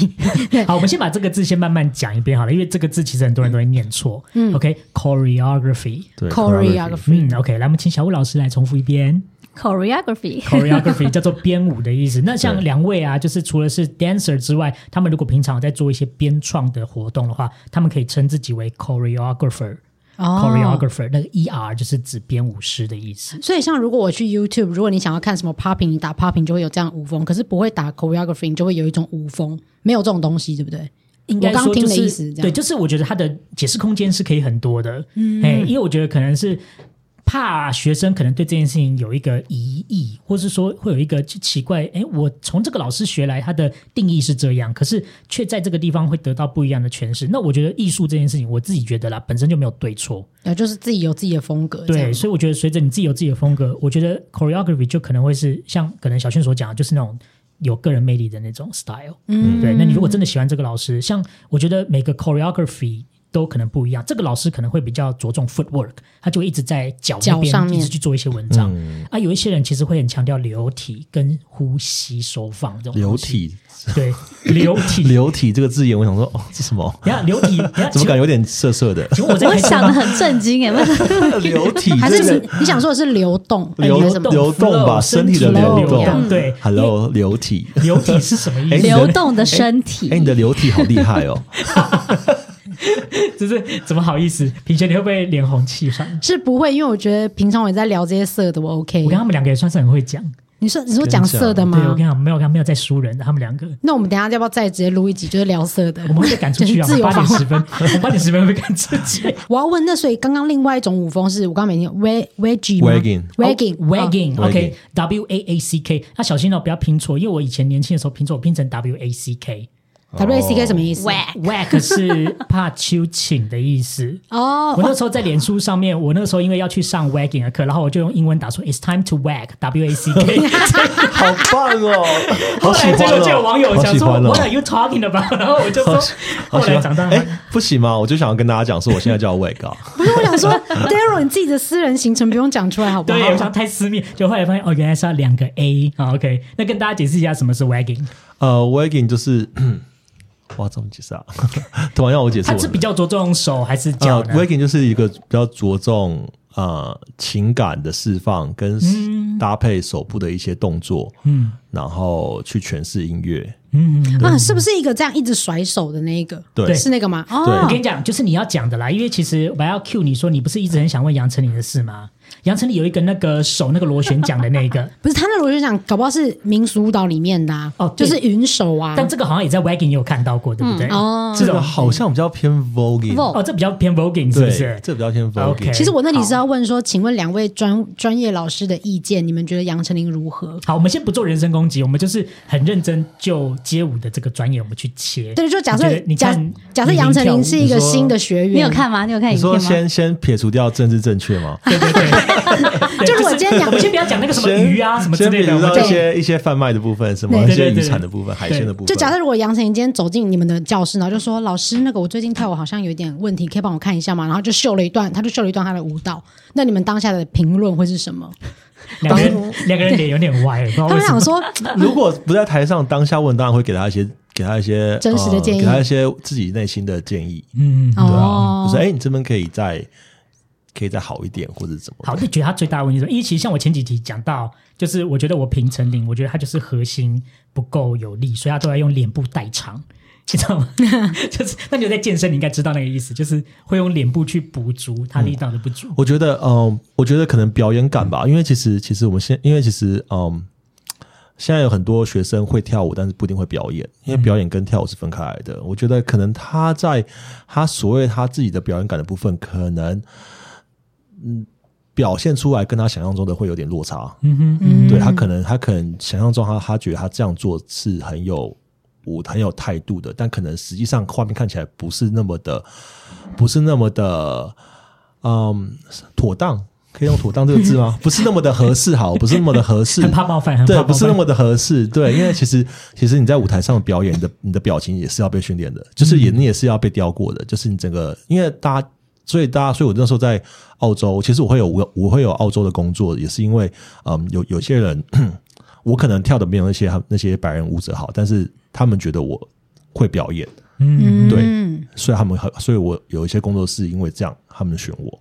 [SPEAKER 4] 好，我们先把这个字先慢慢讲一遍好了，因为这个字其实很多人都会念错。嗯，OK，choreography。
[SPEAKER 6] 对
[SPEAKER 5] choreography
[SPEAKER 4] 嗯，OK，来，我们请小吴老师来重复一遍
[SPEAKER 7] choreography。
[SPEAKER 4] ，choreography 叫做编舞的意思。那像
[SPEAKER 6] 对
[SPEAKER 4] 两位啊，就是除了是 dancer 之外，他们如果平常有在做一些编创的活动的话，他们可以称自己为 choreographer。
[SPEAKER 5] 哦。
[SPEAKER 4] choreographer 那个 er 就是指编舞师的意思。
[SPEAKER 5] 所以，像如果我去 YouTube，如果你想要看什么 popping，你打 popping 就会有这样的舞风，可是不会打 choreography，你就会有一种舞风，没有这种东西，对不对？
[SPEAKER 4] 应该
[SPEAKER 5] 我刚
[SPEAKER 4] 说
[SPEAKER 5] 听
[SPEAKER 4] 就
[SPEAKER 5] 的
[SPEAKER 4] 是
[SPEAKER 5] 意思，这
[SPEAKER 4] 对，
[SPEAKER 5] 样
[SPEAKER 4] 就是我觉得它的解释空间是可以很多的，嗯，哎，因为我觉得可能是怕学生可能对这件事情有一个疑义，或是说会有一个奇怪，哎，我从这个老师学来，他的定义是这样，可是却在这个地方会得到不一样的诠释。那我觉得艺术这件事情，我自己觉得啦，本身就没有对错，
[SPEAKER 5] 对，就是自己有自己的风格，这
[SPEAKER 4] 对，
[SPEAKER 5] 样
[SPEAKER 4] 所以我觉得随着你自己有自己的风格，我觉得 choreography 就可能会是像可能小迅所讲的，就是那种有个人魅力的那种 style。嗯，对。那你如果真的喜欢这个老师，像我觉得每个 choreography 都可能不一样，这个老师可能会比较着重 footwork，他就会一直在脚那
[SPEAKER 5] 脚上
[SPEAKER 4] 边
[SPEAKER 5] 面
[SPEAKER 4] 一直去做一些文章。
[SPEAKER 6] 嗯
[SPEAKER 4] 啊，有一些人其实会很强调流体跟呼吸收放这种
[SPEAKER 6] 流
[SPEAKER 4] 东西，
[SPEAKER 6] 体
[SPEAKER 4] 对流体。
[SPEAKER 6] 流体这个字眼，我想说，哦，这什么？
[SPEAKER 4] 等一下流体，等一下
[SPEAKER 6] 怎么感觉
[SPEAKER 4] 觉？
[SPEAKER 6] 有点涩涩的？
[SPEAKER 4] 请问我在
[SPEAKER 7] 我
[SPEAKER 4] 开车
[SPEAKER 7] 想的
[SPEAKER 4] 吗
[SPEAKER 7] 很震 惊哎，
[SPEAKER 6] 流体
[SPEAKER 5] 还
[SPEAKER 6] 这
[SPEAKER 5] 是
[SPEAKER 6] 个
[SPEAKER 5] 你你想说的是流动，哎
[SPEAKER 6] 流
[SPEAKER 5] 还是什么
[SPEAKER 6] 流动吧，
[SPEAKER 4] flow，
[SPEAKER 6] 身体的
[SPEAKER 4] 身体的
[SPEAKER 6] 流
[SPEAKER 4] 流
[SPEAKER 6] 动。
[SPEAKER 4] 动对
[SPEAKER 6] ，Hello，流体。
[SPEAKER 4] 流体是什么意
[SPEAKER 6] 哎
[SPEAKER 4] 思？
[SPEAKER 6] 你的
[SPEAKER 7] 流动的身体。
[SPEAKER 6] 哎，你的流体好厉害哦！
[SPEAKER 4] 就是怎么好意思？平轩，你会不会脸红气上？
[SPEAKER 5] 是不会，因为我觉得平常我也在聊这些色的，我 OK
[SPEAKER 4] 我。跟他们两个也算是很会讲。
[SPEAKER 5] 你说你说讲色的
[SPEAKER 4] 对，我
[SPEAKER 5] 吗
[SPEAKER 4] 跟你？讲，没有，他们没有在输人的，他们两个。
[SPEAKER 5] 那我们等一下要不要再直接录一集，就是聊色的？
[SPEAKER 4] 我们会被赶出去啊！
[SPEAKER 5] 自由
[SPEAKER 4] 八
[SPEAKER 5] 访
[SPEAKER 4] 点
[SPEAKER 5] 问
[SPEAKER 4] 十分，我们八点十分会被赶出 去。
[SPEAKER 5] 我要问，那所以刚刚另外一种舞风是我刚刚没听 w w e g g i e
[SPEAKER 6] Wagging
[SPEAKER 5] w a g g i
[SPEAKER 4] 哦
[SPEAKER 5] n
[SPEAKER 6] 嗯
[SPEAKER 4] wagging，OK，W、A A C K，那小心哦，不要拼错，因为我以前年轻的时候拼错，我拼成 W A C K。
[SPEAKER 5] W A C K 什么意思？
[SPEAKER 7] Whack
[SPEAKER 4] Wack 是怕秋请的意思。
[SPEAKER 5] 哦
[SPEAKER 4] 我，那时候在脸书上面，我那时候因为要去上 wagging 的课，然后我就用英文打出 "It's time to wag W A C K"。
[SPEAKER 6] 好棒哦， 好
[SPEAKER 4] 后
[SPEAKER 6] 喜
[SPEAKER 4] 来
[SPEAKER 6] 欢
[SPEAKER 4] 这个就有
[SPEAKER 6] 哦，
[SPEAKER 4] 网友
[SPEAKER 6] 好
[SPEAKER 4] 想
[SPEAKER 6] 喜
[SPEAKER 4] 说
[SPEAKER 6] 欢哦
[SPEAKER 4] "What，are you talking about？" 然后我就说
[SPEAKER 6] 好喜，
[SPEAKER 4] 后
[SPEAKER 6] 好喜
[SPEAKER 4] 来
[SPEAKER 6] 欢
[SPEAKER 4] 长大，
[SPEAKER 6] 哎，不行吗？我就想要跟大家讲，说我现在叫 Wake 啊，
[SPEAKER 5] 不是，我想说，Daryl 你自己的私人行程不用讲出来好不好？啊
[SPEAKER 4] 对，我想太私密，就后来发现哦，原来是要两个 A 啊。OK，那跟大家解释一下什么是 wagging，
[SPEAKER 6] 呃，Waking 就是，嗯哇，怎么解释啊？ 突然让我解释，
[SPEAKER 4] 它
[SPEAKER 6] 我
[SPEAKER 4] 是比较着重手还是脚
[SPEAKER 6] 呃
[SPEAKER 4] 呢？
[SPEAKER 6] ，Waking 就是一个比较着重呃情感的释放，跟
[SPEAKER 5] 嗯
[SPEAKER 6] 搭配手部的一些动作，嗯，然后去诠释音乐，
[SPEAKER 5] 啊，是不是一个这样一直甩手的那一个？
[SPEAKER 6] 对
[SPEAKER 5] 是那个吗？哦，
[SPEAKER 4] 我
[SPEAKER 6] 对
[SPEAKER 4] 跟你讲，就是你要讲的啦，因为其实我要 cue 你说，你不是一直很想问杨丞琳的事吗？杨丞琳有一个那个手那个螺旋桨的那 个，
[SPEAKER 5] 不是，他那个我就想，搞不好是民俗舞蹈里面的、啊，
[SPEAKER 4] 哦
[SPEAKER 5] 就
[SPEAKER 4] 对
[SPEAKER 5] 是云手啊。
[SPEAKER 4] 但这个好像也在 wagging 也有看到过，对不对？
[SPEAKER 5] 哦
[SPEAKER 4] 这
[SPEAKER 6] 这个
[SPEAKER 4] 种
[SPEAKER 6] 好像比较偏 Voguing，
[SPEAKER 5] 嗯 Vogue
[SPEAKER 4] 哦，这比较偏 voguing 是不
[SPEAKER 6] 对
[SPEAKER 4] 是，？
[SPEAKER 6] 这比较偏
[SPEAKER 4] OK
[SPEAKER 6] Voguing。
[SPEAKER 5] 其实我那里是要问说，请问两位专专业老师的意见，你们觉得杨丞琳如何？
[SPEAKER 4] 好，我们先不做人身攻击，我们就是很认真就街舞的这个专业，我们去切。
[SPEAKER 5] 对，就假设
[SPEAKER 4] 你觉得你
[SPEAKER 5] 假
[SPEAKER 4] 看
[SPEAKER 5] 假设杨丞琳是一个
[SPEAKER 6] 你说
[SPEAKER 5] 新的学员，
[SPEAKER 7] 你有？看吗？你有看
[SPEAKER 6] 你
[SPEAKER 7] 影
[SPEAKER 6] 说
[SPEAKER 7] 片吗？
[SPEAKER 6] 先先撇除掉政治正确吗？
[SPEAKER 4] 对对对，
[SPEAKER 5] 就是我今天讲
[SPEAKER 4] 啊我们先不要讲那个什么鱼啊什么之
[SPEAKER 6] 先
[SPEAKER 4] 类
[SPEAKER 6] 撇
[SPEAKER 4] 的，
[SPEAKER 6] 除
[SPEAKER 4] 我们
[SPEAKER 6] 掉
[SPEAKER 4] 就
[SPEAKER 6] 一些一些贩卖的部分，什么
[SPEAKER 4] 对
[SPEAKER 6] 一些
[SPEAKER 4] 对对
[SPEAKER 6] 渔产的部分、海鲜的部分。
[SPEAKER 5] 就假设如果杨丞琳今天走进你们的教室，然后就说：“老师，那个我最近跳舞好像有一点问题，可以帮我看一下吗？”然后就秀了一段，他就秀了一段他的舞蹈。那你们当下的评论会是什 么？
[SPEAKER 4] 两个人两个人脸有点歪，不知道
[SPEAKER 5] 他
[SPEAKER 4] 为
[SPEAKER 5] 们
[SPEAKER 4] 什么
[SPEAKER 5] 想。 说，
[SPEAKER 6] 如果不在台上当下问，当然会给他一些给他一些
[SPEAKER 5] 真实的
[SPEAKER 6] 呃
[SPEAKER 5] 建议
[SPEAKER 6] 给他一些自己内心的建议。
[SPEAKER 4] 嗯，
[SPEAKER 6] 对啊，
[SPEAKER 5] 哦
[SPEAKER 6] 就，说哎，你这边可以再可以再好一点，或者怎么？
[SPEAKER 4] 好，，那觉得他最大的问题是什么？一其实像我前几集讲到，就是我觉得我平陈林，我觉得他就是核心不够有力，所以他都在用脸部代偿。你知道 吗？就是，那你有在健身，你应该知道那个意思，就是会用脸部去补足他力道的不足。
[SPEAKER 6] 我觉得，嗯、我觉得可能表演感吧，因为其实其实我们现，因为其实，嗯，现在有很多学生会跳舞，但是不一定会表演，
[SPEAKER 4] 嗯
[SPEAKER 6] 因为表演跟跳舞是分开来的。我觉得可能他在他所谓他自己的表演感的部分，可能嗯表现出来跟他想象中的会有点落差。
[SPEAKER 4] 嗯哼，嗯
[SPEAKER 6] 对他可能他可能想象中他他觉得他这样做是很有舞很有态度的，但可能实际上画面看起来不是那么的，不是那么的，嗯，妥当。可以用“妥当”这个字吗？不是那么的合适，好，不是那么的合适，
[SPEAKER 4] 很怕冒犯很怕
[SPEAKER 6] 对，
[SPEAKER 4] 冒犯
[SPEAKER 6] 不是那么的合适，对，因为其实其实你在舞台上表演你的你的表情也是要被训练的，就是
[SPEAKER 4] 嗯
[SPEAKER 6] 也你也是要被雕过的，就是你整个，因为大家，所以大家，所以我那时候在澳洲，其实我会有我我会有澳洲的工作，也是因为嗯，有有些人我可能跳的没有那些那些白人舞者好，但是他们觉得我会表演，
[SPEAKER 4] 嗯，
[SPEAKER 6] 对
[SPEAKER 5] 嗯，
[SPEAKER 6] 所以他们很，所以我有一些工作室因为这样他们选我，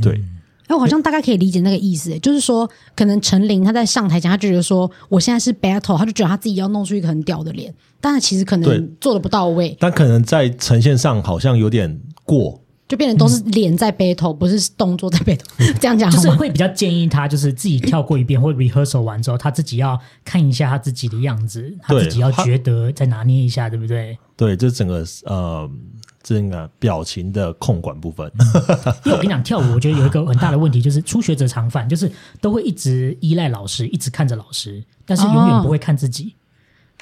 [SPEAKER 6] 对。
[SPEAKER 4] 嗯
[SPEAKER 5] 哎，我好像大概可以理解那个意思，哎就是说，可能陈琳她在上台前，她就觉得说，我现在是 battle，她就觉得她自己要弄出一个很屌的脸，但她其实可
[SPEAKER 6] 对
[SPEAKER 5] 能做的不到位，
[SPEAKER 6] 但可能在呈现上好像有点过，
[SPEAKER 5] 就变成都是脸在 battle，不是动作在 battle，这样讲
[SPEAKER 4] 就
[SPEAKER 5] 好
[SPEAKER 4] 是
[SPEAKER 5] 吗？
[SPEAKER 4] 会比较建议他，就是自己跳过一遍或 rehearsal 完之后，他自己要看一下他自己的样子，他
[SPEAKER 6] 对
[SPEAKER 4] 自己要
[SPEAKER 6] 他
[SPEAKER 4] 觉得再拿捏一下，对不对？
[SPEAKER 6] 对，这整个呃，整个表情的控管部分，
[SPEAKER 4] 因为我跟你讲，跳舞我觉得有一个很大的问题，就是初学者常犯，就是都会一直依赖老师，一直看着老师，但是永远不会看自己。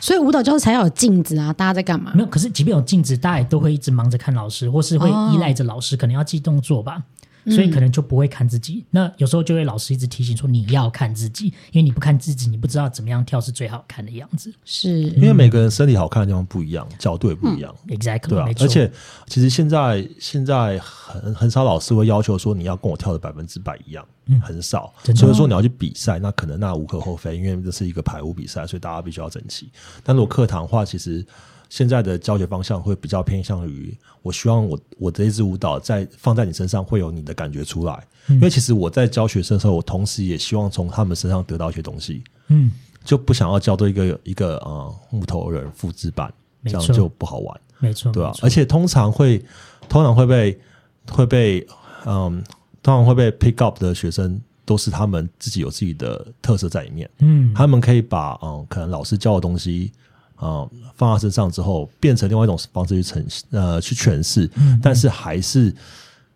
[SPEAKER 5] 所以舞蹈教室才要有镜子啊，大家在干嘛
[SPEAKER 4] 没？有，可是即便有镜子，大家也都会一直忙着看老师，或是会依赖着老师，可能要记动作吧。所以可能就不会看自己，那有时候就会老师一直提醒说你要看自己，因为你不看自己，你不知道怎么样跳是最好看的样子。
[SPEAKER 5] 是
[SPEAKER 6] 因为每个人身体好看的地方不一样，角度也不一样，
[SPEAKER 4] Exactly，
[SPEAKER 6] 对啊
[SPEAKER 4] 没。错
[SPEAKER 6] 而且其实现在现在很很少老师会要求说你要跟我跳的百分之百一样，很少。
[SPEAKER 4] 嗯真的哦
[SPEAKER 6] 所以说你要去比赛，那可能那无可厚非，因为这是一个排舞比赛，所以大家必须要整齐。但如果课堂的话，其实。现在的教学方向会比较偏向于，我希望我我这一支舞蹈在放在你身上会有你的感觉出来，
[SPEAKER 4] 嗯
[SPEAKER 6] 因为其实我在教学生的时候，我同时也希望从他们身上得到一些东西，
[SPEAKER 4] 嗯，
[SPEAKER 6] 就不想要教对一个一个呃木头人复制版，
[SPEAKER 4] 没
[SPEAKER 6] 这样
[SPEAKER 4] 错
[SPEAKER 6] 就不好玩，
[SPEAKER 4] 没错，
[SPEAKER 6] 对吧、啊
[SPEAKER 4] 没错
[SPEAKER 6] 而且通常会通常会被会被嗯，通常会被 pick up 的学生都是他们自己有自己的特色在里面，
[SPEAKER 4] 嗯，
[SPEAKER 6] 他们可以把嗯可能老师教的东西。嗯，放在身上之后，变成另外一种方式去呈呃去诠释，但是还是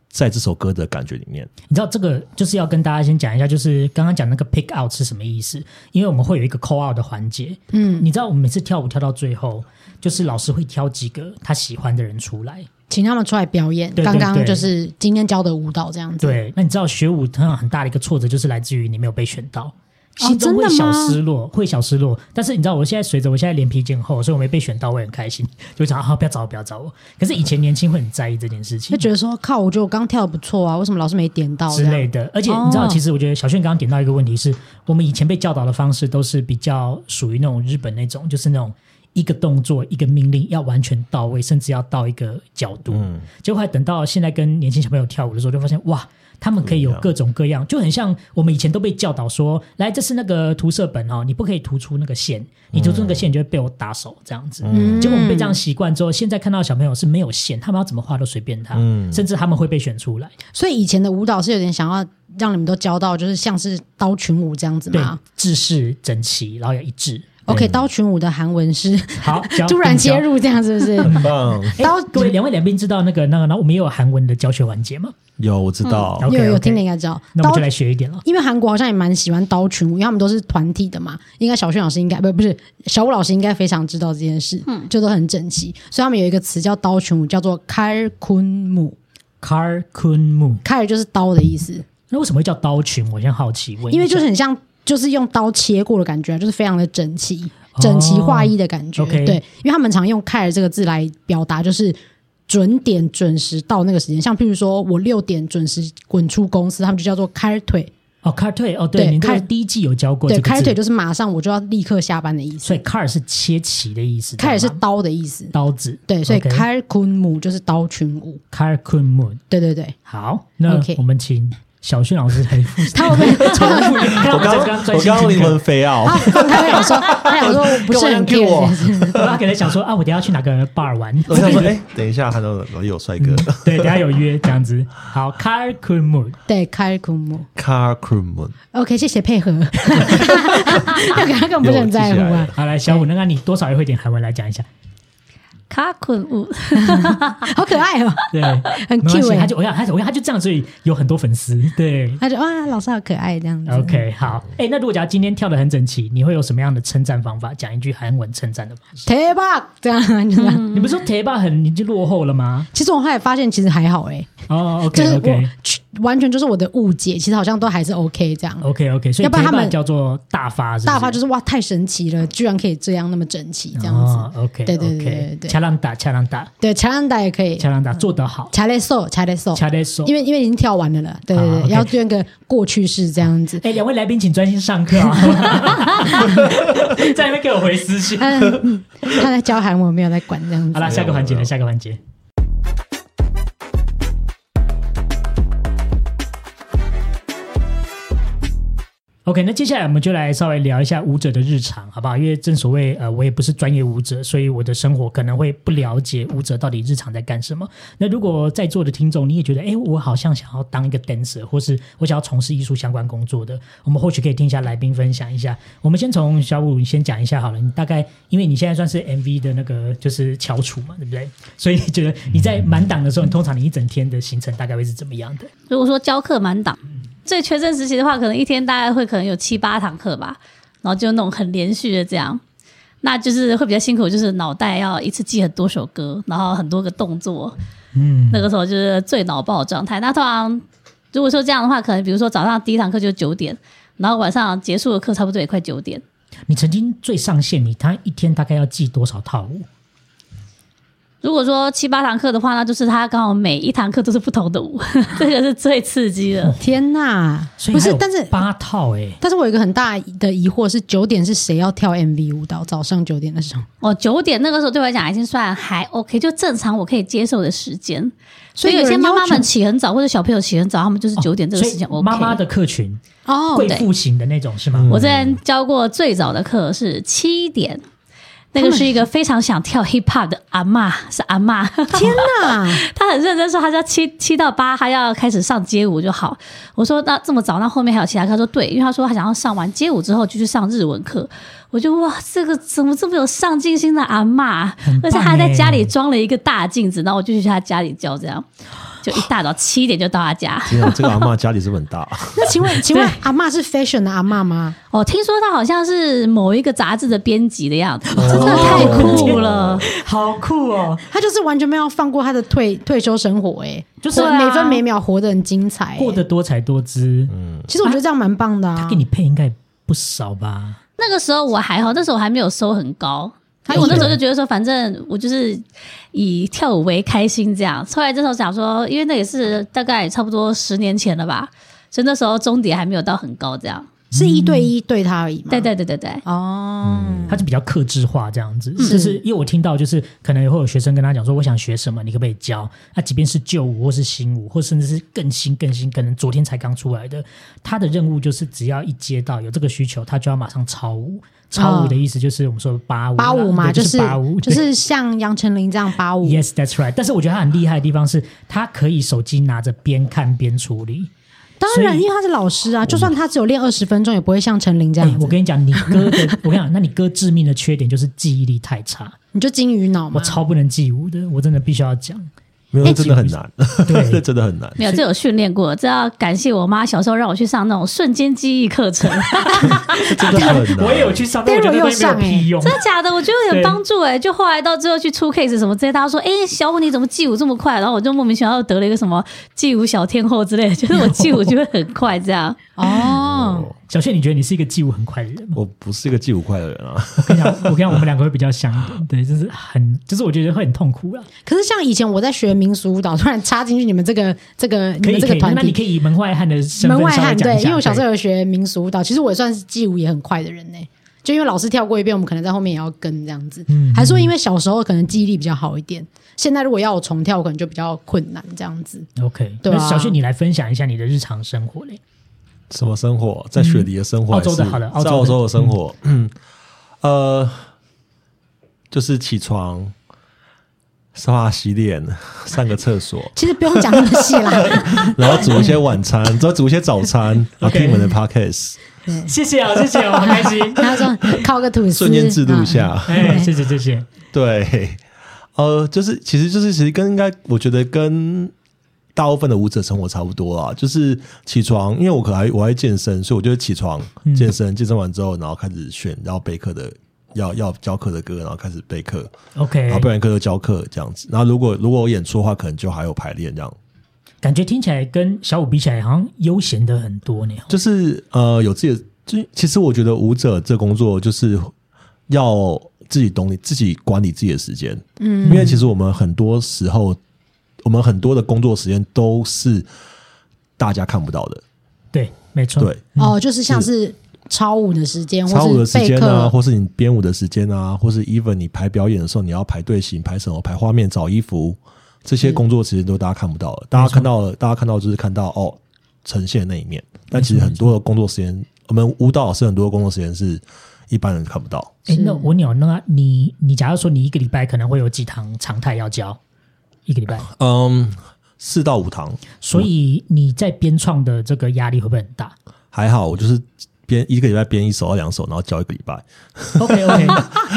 [SPEAKER 6] 在这首歌的感觉里面。
[SPEAKER 4] 你知道这个就是要跟大家先讲一下，就是刚刚讲那个 pick out 是什么意思？因为我们会有一个 call out 的环节。嗯，你知道我们每次跳舞跳到最后，就是老师会挑几个他喜欢的人出来。
[SPEAKER 5] 请他们出来表演。
[SPEAKER 4] 对对
[SPEAKER 5] 刚刚
[SPEAKER 4] 对
[SPEAKER 5] 就是今天教的舞蹈这样子。
[SPEAKER 4] 对，那你知道学舞它有很大的一个挫折，就是来自于你没有被选到，心中
[SPEAKER 5] 哦真的
[SPEAKER 4] 会小
[SPEAKER 5] 吗
[SPEAKER 4] 失落，会小失落。但是你知道，我现在随着我现在脸皮渐厚，所以我没被选到，我也很开心，就想啊，不要找我，不要找我。可是以前年轻会很在意这件事情
[SPEAKER 5] 就。觉得说靠，我觉得我刚跳的不错啊，为什么老师没点到这
[SPEAKER 4] 之
[SPEAKER 5] 样？
[SPEAKER 4] 类的，而且你知道，
[SPEAKER 5] 哦
[SPEAKER 4] 其实我觉得小炫刚刚点到一个问题是，我们以前被教导的方式都是比较属于那种日本那种，就是那种一个动作一个命令要完全到位，甚至要到一个角度。
[SPEAKER 6] 嗯，
[SPEAKER 4] 结果后来等到现在跟年轻小朋友跳舞的时候，就发现哇，他们可以有
[SPEAKER 6] 不一样
[SPEAKER 4] 各种各样，就很像我们以前都被教导说，来，这是那个涂色本哦，你不可以突出那个线，你突出那个
[SPEAKER 6] 嗯
[SPEAKER 4] 线你就会被我打手这样子。
[SPEAKER 5] 嗯
[SPEAKER 4] 结果我们被这样习惯之后，现在看到小朋友是没有线，他们要怎么画都随便他，
[SPEAKER 6] 嗯
[SPEAKER 4] 甚至他们会被选出来。
[SPEAKER 5] 所以以前的舞蹈是有点想要让你们都教到，就是像是刀群舞这样子
[SPEAKER 4] 对
[SPEAKER 5] 嘛。，
[SPEAKER 4] 制式整齐，然后要一致。
[SPEAKER 5] OK，刀群舞的韩文是
[SPEAKER 4] 好，教
[SPEAKER 5] 突然
[SPEAKER 4] 教
[SPEAKER 5] 切入这样，是不是？
[SPEAKER 6] 很棒。
[SPEAKER 4] 哎
[SPEAKER 5] 刀
[SPEAKER 4] 各位两位来宾知道那个那个，然后我们也有韩文的教学环节嘛？
[SPEAKER 6] 有，我知道。
[SPEAKER 4] OK，
[SPEAKER 5] 有有
[SPEAKER 4] OK
[SPEAKER 5] 听的应该知道
[SPEAKER 4] 那我
[SPEAKER 5] 刀
[SPEAKER 4] 们就。来学一点了。
[SPEAKER 5] 因为韩国好像也蛮喜欢刀群舞，因为他们都是团体的嘛。应该小炫老师应该不不是小武老师应该非常知道这件事，嗯，就都很整齐。所以他们有一个词叫刀群舞，叫做开坤木。
[SPEAKER 4] Car Kun Mu，
[SPEAKER 5] 开就是刀的意思，
[SPEAKER 4] 那为什么会叫刀群？我先好奇问一下，
[SPEAKER 5] 因为就是很像，就是用刀切过的感觉啊，就是非常的整齐、整齐划一的感觉。
[SPEAKER 4] 哦 OK
[SPEAKER 5] 对，因为他们常用“开尔”这个字来表达，就是准点、准时到那个时间。像譬如说我六点准时滚出公司，他们就叫做开腿。
[SPEAKER 4] 哦，car 腿哦，对，
[SPEAKER 5] 对
[SPEAKER 4] 你这个
[SPEAKER 5] car-
[SPEAKER 4] 第一季有教过这
[SPEAKER 5] 对，
[SPEAKER 4] 个
[SPEAKER 5] 开
[SPEAKER 4] 字
[SPEAKER 5] 腿就是马上我就要立刻下班的意思
[SPEAKER 4] 所。以 car 是切齐的意思，
[SPEAKER 5] 开尔是
[SPEAKER 4] 对吗
[SPEAKER 5] 刀的意思。
[SPEAKER 4] 刀子，
[SPEAKER 5] 对，所以
[SPEAKER 4] OK，
[SPEAKER 5] 开昆姆就是刀群舞。
[SPEAKER 4] car Kun Mu。
[SPEAKER 5] 对对对，
[SPEAKER 4] 好，那
[SPEAKER 5] OK
[SPEAKER 4] 我们请小迅老师来复 习。
[SPEAKER 5] 他会不会
[SPEAKER 4] 重复一遍，
[SPEAKER 6] 我刚
[SPEAKER 4] 刚
[SPEAKER 6] 我刚灵魂飞奥，
[SPEAKER 5] 啊？刚才想说，他想说我不是
[SPEAKER 6] 干嘛
[SPEAKER 5] 很
[SPEAKER 6] 这样 cue 我
[SPEAKER 5] care 这件事
[SPEAKER 4] 我刚可能想说啊，我等一下要去哪个 bar 玩，
[SPEAKER 6] 我 想说，哎，等一下，韩总有帅哥
[SPEAKER 4] 对，等一下有约这样子。好，car Kun Mu。
[SPEAKER 5] 对，开昆姆。
[SPEAKER 6] ，Car Crew Moon，
[SPEAKER 5] OK，谢谢配合。要给他更不是很在乎啊。
[SPEAKER 4] 好，来小五，那个你多少也会一点韩文来讲一下。
[SPEAKER 7] 卡捆舞，
[SPEAKER 5] 好可爱哦，
[SPEAKER 4] 对，
[SPEAKER 5] 很
[SPEAKER 4] 没关
[SPEAKER 5] Q
[SPEAKER 4] 系，
[SPEAKER 5] 哎、
[SPEAKER 4] 他就我想他我想他就这样，所以有很多粉丝。 对
[SPEAKER 5] 他就啊，老师好可爱这样子。
[SPEAKER 4] ，OK，好。哎，那如果假如今天跳的很整齐，你会有什么样的称赞方法？讲一句韩文称赞的吧。
[SPEAKER 5] Take back 这样就这样。
[SPEAKER 4] 你不是说 t e b a 很已经落后了吗？
[SPEAKER 5] 其实我后来发现，其实还好哎、
[SPEAKER 4] 哦，OK
[SPEAKER 5] 就是
[SPEAKER 4] OK
[SPEAKER 5] 我完全就是我的误解，其实好像都还是 OK 这样。
[SPEAKER 4] OK OK，所以
[SPEAKER 5] 要不然
[SPEAKER 4] t e b
[SPEAKER 5] 他们
[SPEAKER 4] a 叫做大发，是不是
[SPEAKER 5] 大发就是哇，太神奇了，居然可以这样那么整齐这样子。
[SPEAKER 4] 哦，OK，
[SPEAKER 5] 对对对对对
[SPEAKER 4] OK，
[SPEAKER 5] 对嗯
[SPEAKER 4] 恰浪打恰浪打
[SPEAKER 5] 对，乔安达也可以，
[SPEAKER 4] 恰浪打，做得好，
[SPEAKER 5] 查雷兽，查雷兽，
[SPEAKER 4] 恰得手
[SPEAKER 5] 因。为因为已经跳完了了，对对
[SPEAKER 4] 好
[SPEAKER 5] 对，
[SPEAKER 4] ，OK
[SPEAKER 5] 要用个过去式这样子。
[SPEAKER 4] 哎，两位来宾请专心上课啊， 在那边给我回私信。
[SPEAKER 5] 他嗯他在教韩文，没有在管这样
[SPEAKER 4] 好
[SPEAKER 5] 子。
[SPEAKER 4] 啦，下个环节了，下个环节。OK，那接下来我们就来稍微聊一下舞者的日常，好不好？因为正所谓，呃，我也不是专业舞者，所以我的生活可能会不了解舞者到底日常在干什么。那如果在座的听众，你也觉得，哎，我好像想要当一个 dancer，或是我想要从事艺术相关工作的，我们或许可以听一下来宾分享一下。我们先从小五你先讲一下好了，你大概因为你现在算是 MV 的那个就是翘楚嘛，对不对？所以你觉得你在满档的时候，你通常你一整天的行程大概会是怎么样的？
[SPEAKER 7] 如果说教课满档，最全盛时期的话，可能一天大概会可能有七八堂课吧，然后就那种很连续的这样，那就是会比较辛苦，就是脑袋要一次记很多首歌，然后很多个动作，嗯，那个时候就是最脑爆的状态。那通常如果说这样的话，可能比如说早上第一堂课就九点，然后晚上结束的课差不多也快九点，
[SPEAKER 4] 你曾经最上限，你他一天大概要记多少套舞？
[SPEAKER 7] 如果说七八堂课的话，那就是他刚好每一堂课都是不同的舞， 这个是最刺激的。
[SPEAKER 5] 天呐！
[SPEAKER 4] 所以
[SPEAKER 5] 不
[SPEAKER 4] 还
[SPEAKER 5] 是，
[SPEAKER 4] 有
[SPEAKER 5] 但是
[SPEAKER 4] 八套哎、
[SPEAKER 5] 但是我有一个很大的疑惑是，九点是谁要跳 MV 舞蹈？早上九点的时候，
[SPEAKER 7] 哦，九点那个时候对我来讲已经算还 OK，就正常我可以接受的时间。所以有
[SPEAKER 5] 有
[SPEAKER 7] 些
[SPEAKER 5] 人
[SPEAKER 7] 妈妈
[SPEAKER 5] 要求
[SPEAKER 7] 们起很早，或者小朋友起很早，他们就是九点这个时间
[SPEAKER 4] 所以
[SPEAKER 7] OK。
[SPEAKER 4] 妈妈的客群，
[SPEAKER 5] 哦，
[SPEAKER 4] 贵
[SPEAKER 5] 对嗯
[SPEAKER 4] 妇型的那种是吗？
[SPEAKER 7] 我之前教过最早的课是七点，那
[SPEAKER 5] 他
[SPEAKER 7] 个
[SPEAKER 5] 们
[SPEAKER 7] 是一个非常想跳 hip hop 的阿嬷，是阿嬷。
[SPEAKER 5] 天 呐！
[SPEAKER 7] 她很认真说，她要七七到八，她要开始上街舞就好。我说那这么早，那后面还有其他课？她说对，因为她说她想要上完街舞之后就去上日文课。我就哇，这个怎么这么有上进心的阿嬷？
[SPEAKER 4] 很棒
[SPEAKER 7] 而且她还在
[SPEAKER 4] 欸
[SPEAKER 7] 家里装了一个大镜子，然后我就去她家里教这样。就一大早七点就到他家。
[SPEAKER 6] 天啊，这个阿嬷家里是不是很大？
[SPEAKER 5] 那请问，请问阿嬷是 fashion 的阿嬷吗？
[SPEAKER 7] 哦，听说他好像是某一个杂志的编辑的样
[SPEAKER 4] 哦
[SPEAKER 7] 子，真的太酷了。
[SPEAKER 4] 好酷哦！
[SPEAKER 5] 她就是完全没有放过她的退退休生活、欸，哎，
[SPEAKER 4] 就是啊
[SPEAKER 5] 每分每秒活得很精彩、欸
[SPEAKER 4] 过得多才多姿，
[SPEAKER 5] 其实我觉得这样蛮棒的啊。
[SPEAKER 4] 他给你配应该不少吧？
[SPEAKER 7] 那个时候我还好，那时候我还没有收很高。
[SPEAKER 5] 他
[SPEAKER 7] 所
[SPEAKER 5] 以
[SPEAKER 7] 以我那时候就觉得说，反正我就是以跳舞为开心这样。后来这时候想说，因为那也是大概差不多十年前了吧，所以那时候终点还没有到很高这样。
[SPEAKER 5] 是
[SPEAKER 4] 嗯
[SPEAKER 5] 一对一对她而已嘛。
[SPEAKER 7] 对对对对对，
[SPEAKER 5] 哦，
[SPEAKER 4] 他就比较克制化这样子，
[SPEAKER 5] 嗯
[SPEAKER 4] 就是因为我听到就是可能会有学生跟他讲说，我想学什么，你可不可以教？那即便是旧舞或是新舞，或甚至是更新更新，可能昨天才刚出来的，他的任务就是只要一接到有这个需求，他就要马上超舞。超舞的意思就是我们说的八舞啦，
[SPEAKER 5] 啊八五
[SPEAKER 4] 对
[SPEAKER 5] 嘛，
[SPEAKER 4] 就
[SPEAKER 5] 就是
[SPEAKER 4] 八舞，
[SPEAKER 5] 就
[SPEAKER 4] 对
[SPEAKER 5] 是像杨丞琳这样八五。
[SPEAKER 4] Yes, that's right。但是我觉得他很厉害的地方是，他可以手机拿着边看边处理。
[SPEAKER 5] 当
[SPEAKER 4] 所
[SPEAKER 5] 然，
[SPEAKER 4] 以
[SPEAKER 5] 因为她是老师啊，就算她只有练二十分钟，也不会像陈琳这
[SPEAKER 4] 哎、
[SPEAKER 5] 样子。
[SPEAKER 4] 我跟你讲，你哥的，我跟你讲，那 你哥致命的缺点就是记忆力太差，
[SPEAKER 5] 你就金鱼脑
[SPEAKER 4] 我
[SPEAKER 5] 嘛。
[SPEAKER 4] 超不能记舞的，我真的必须要 讲。
[SPEAKER 6] 没有，那真的很难，
[SPEAKER 4] 对
[SPEAKER 6] 那真的很难。
[SPEAKER 7] 没有这有训练过，这要感谢我妈小时候让我去上那种瞬间记忆课程，
[SPEAKER 6] 真的 很难。
[SPEAKER 4] 我也有去上，但我
[SPEAKER 5] Daryl
[SPEAKER 4] 觉得
[SPEAKER 5] 又
[SPEAKER 4] 都没有
[SPEAKER 5] 上
[SPEAKER 4] 屁
[SPEAKER 5] 哎
[SPEAKER 4] 用。
[SPEAKER 7] 真的假的？我觉得有点帮助哎、就后来到最后去出 case 什么之类，大家说：“哎、小虎你怎么记舞这么快？”然后我就莫名其妙得了一个什么记舞小天后之类的，就是我记舞就会很快这样。
[SPEAKER 5] 哦，
[SPEAKER 4] 小炫，你觉得你是一个记舞很快的人吗？
[SPEAKER 6] 我不是一个记舞快的人啊，
[SPEAKER 4] 我跟你讲，我跟你讲，我们两个会比较像一点，对，就是很，就是我觉得会很痛苦啦。
[SPEAKER 5] 可是像以前我在学民俗舞蹈， 突然插进去你们这个这个
[SPEAKER 4] 可
[SPEAKER 5] 你
[SPEAKER 4] 以，
[SPEAKER 5] 们这
[SPEAKER 4] 可
[SPEAKER 5] 个
[SPEAKER 4] 以，
[SPEAKER 5] 团
[SPEAKER 4] 那你
[SPEAKER 5] 体，
[SPEAKER 4] 可以以门外汉的身份
[SPEAKER 5] 门外
[SPEAKER 4] 稍微
[SPEAKER 5] 汉
[SPEAKER 4] 讲
[SPEAKER 5] 对
[SPEAKER 4] 一，下
[SPEAKER 5] 因为我小时
[SPEAKER 4] 对
[SPEAKER 5] 候有学民俗舞蹈，其实我也算是记舞也很快的人呢、就因为老师跳过一遍，我们可能在后面也要跟这样子。
[SPEAKER 4] 嗯
[SPEAKER 5] 还是说因为小时候可能记忆力比较好一点，现在如果要我重跳，我可能就比较困难这样子。
[SPEAKER 4] OK，
[SPEAKER 5] 对啊
[SPEAKER 4] 那小炫，你来分享一下你的日常生活 嘞。
[SPEAKER 6] 什么生活，在雪梨的生
[SPEAKER 4] 嗯
[SPEAKER 6] 活还是，
[SPEAKER 4] 澳洲的好的澳洲的嗯
[SPEAKER 6] 在澳洲的生活，呃，就是起床、刷牙、洗脸、 上个厕所，
[SPEAKER 5] 其实不用讲那么细 啦，
[SPEAKER 6] 然后煮一些晚餐，之后煮一些早餐，然后
[SPEAKER 4] OK
[SPEAKER 6] 听我们的 podcast，
[SPEAKER 4] 谢谢
[SPEAKER 5] 哦
[SPEAKER 4] 啊，谢谢 啊，我很开心。
[SPEAKER 5] 然后说靠个吐司，
[SPEAKER 6] 瞬间制度
[SPEAKER 5] 啊。
[SPEAKER 6] 下，
[SPEAKER 4] 哎，谢谢谢谢。
[SPEAKER 6] 对，呃，就是其实就是其实跟应该我觉得跟。大部分的舞者生活差不多啊，就是起床，因为我可还我还健身，所以我就起床健身，健身完之后，然后开始选要备课的，要要教课的歌，然后开始备课，
[SPEAKER 4] OK，
[SPEAKER 6] 然后备完课就教课这样子。然后如果如果我演出的话，可能就还有排练这样。
[SPEAKER 4] 感觉听起来跟小五比起来，好像悠闲的很多呢。
[SPEAKER 6] 就是呃，有自己的，就其实我觉得舞者这工作就是要自己懂你自己管理自己的时间，嗯，因为其实我们很多时候，我们很多的工作时间都是大家看不到的，
[SPEAKER 4] 对，没错。
[SPEAKER 6] 对，，
[SPEAKER 5] 哦，就是像是超舞的时
[SPEAKER 4] 嗯
[SPEAKER 5] 间，
[SPEAKER 6] 超舞
[SPEAKER 5] 或
[SPEAKER 6] 的
[SPEAKER 5] 是
[SPEAKER 6] 时
[SPEAKER 5] 备
[SPEAKER 6] 间
[SPEAKER 5] 课，
[SPEAKER 6] 啊，或是你编舞的时间啊，或是 even 你排表演的时候，你要排队形、排什么、排画面、找衣服，这些工作其实都大家看不到的。大家看到了，大家看到就是看到哦呈现的那一面，但其实很多的工作时间，我们舞蹈老师很多的工作时间是一般人看不到。
[SPEAKER 4] 哎，那我鸟，那你你假如说你一个礼拜可能会有几堂常态要教，一个礼拜，
[SPEAKER 6] 嗯，四到五堂
[SPEAKER 4] 所以你在编创的这个压力会不会很 大
[SPEAKER 6] 还好，我就是编一个礼拜编一首到两首，然后教一个礼拜。
[SPEAKER 4] ？OK OK，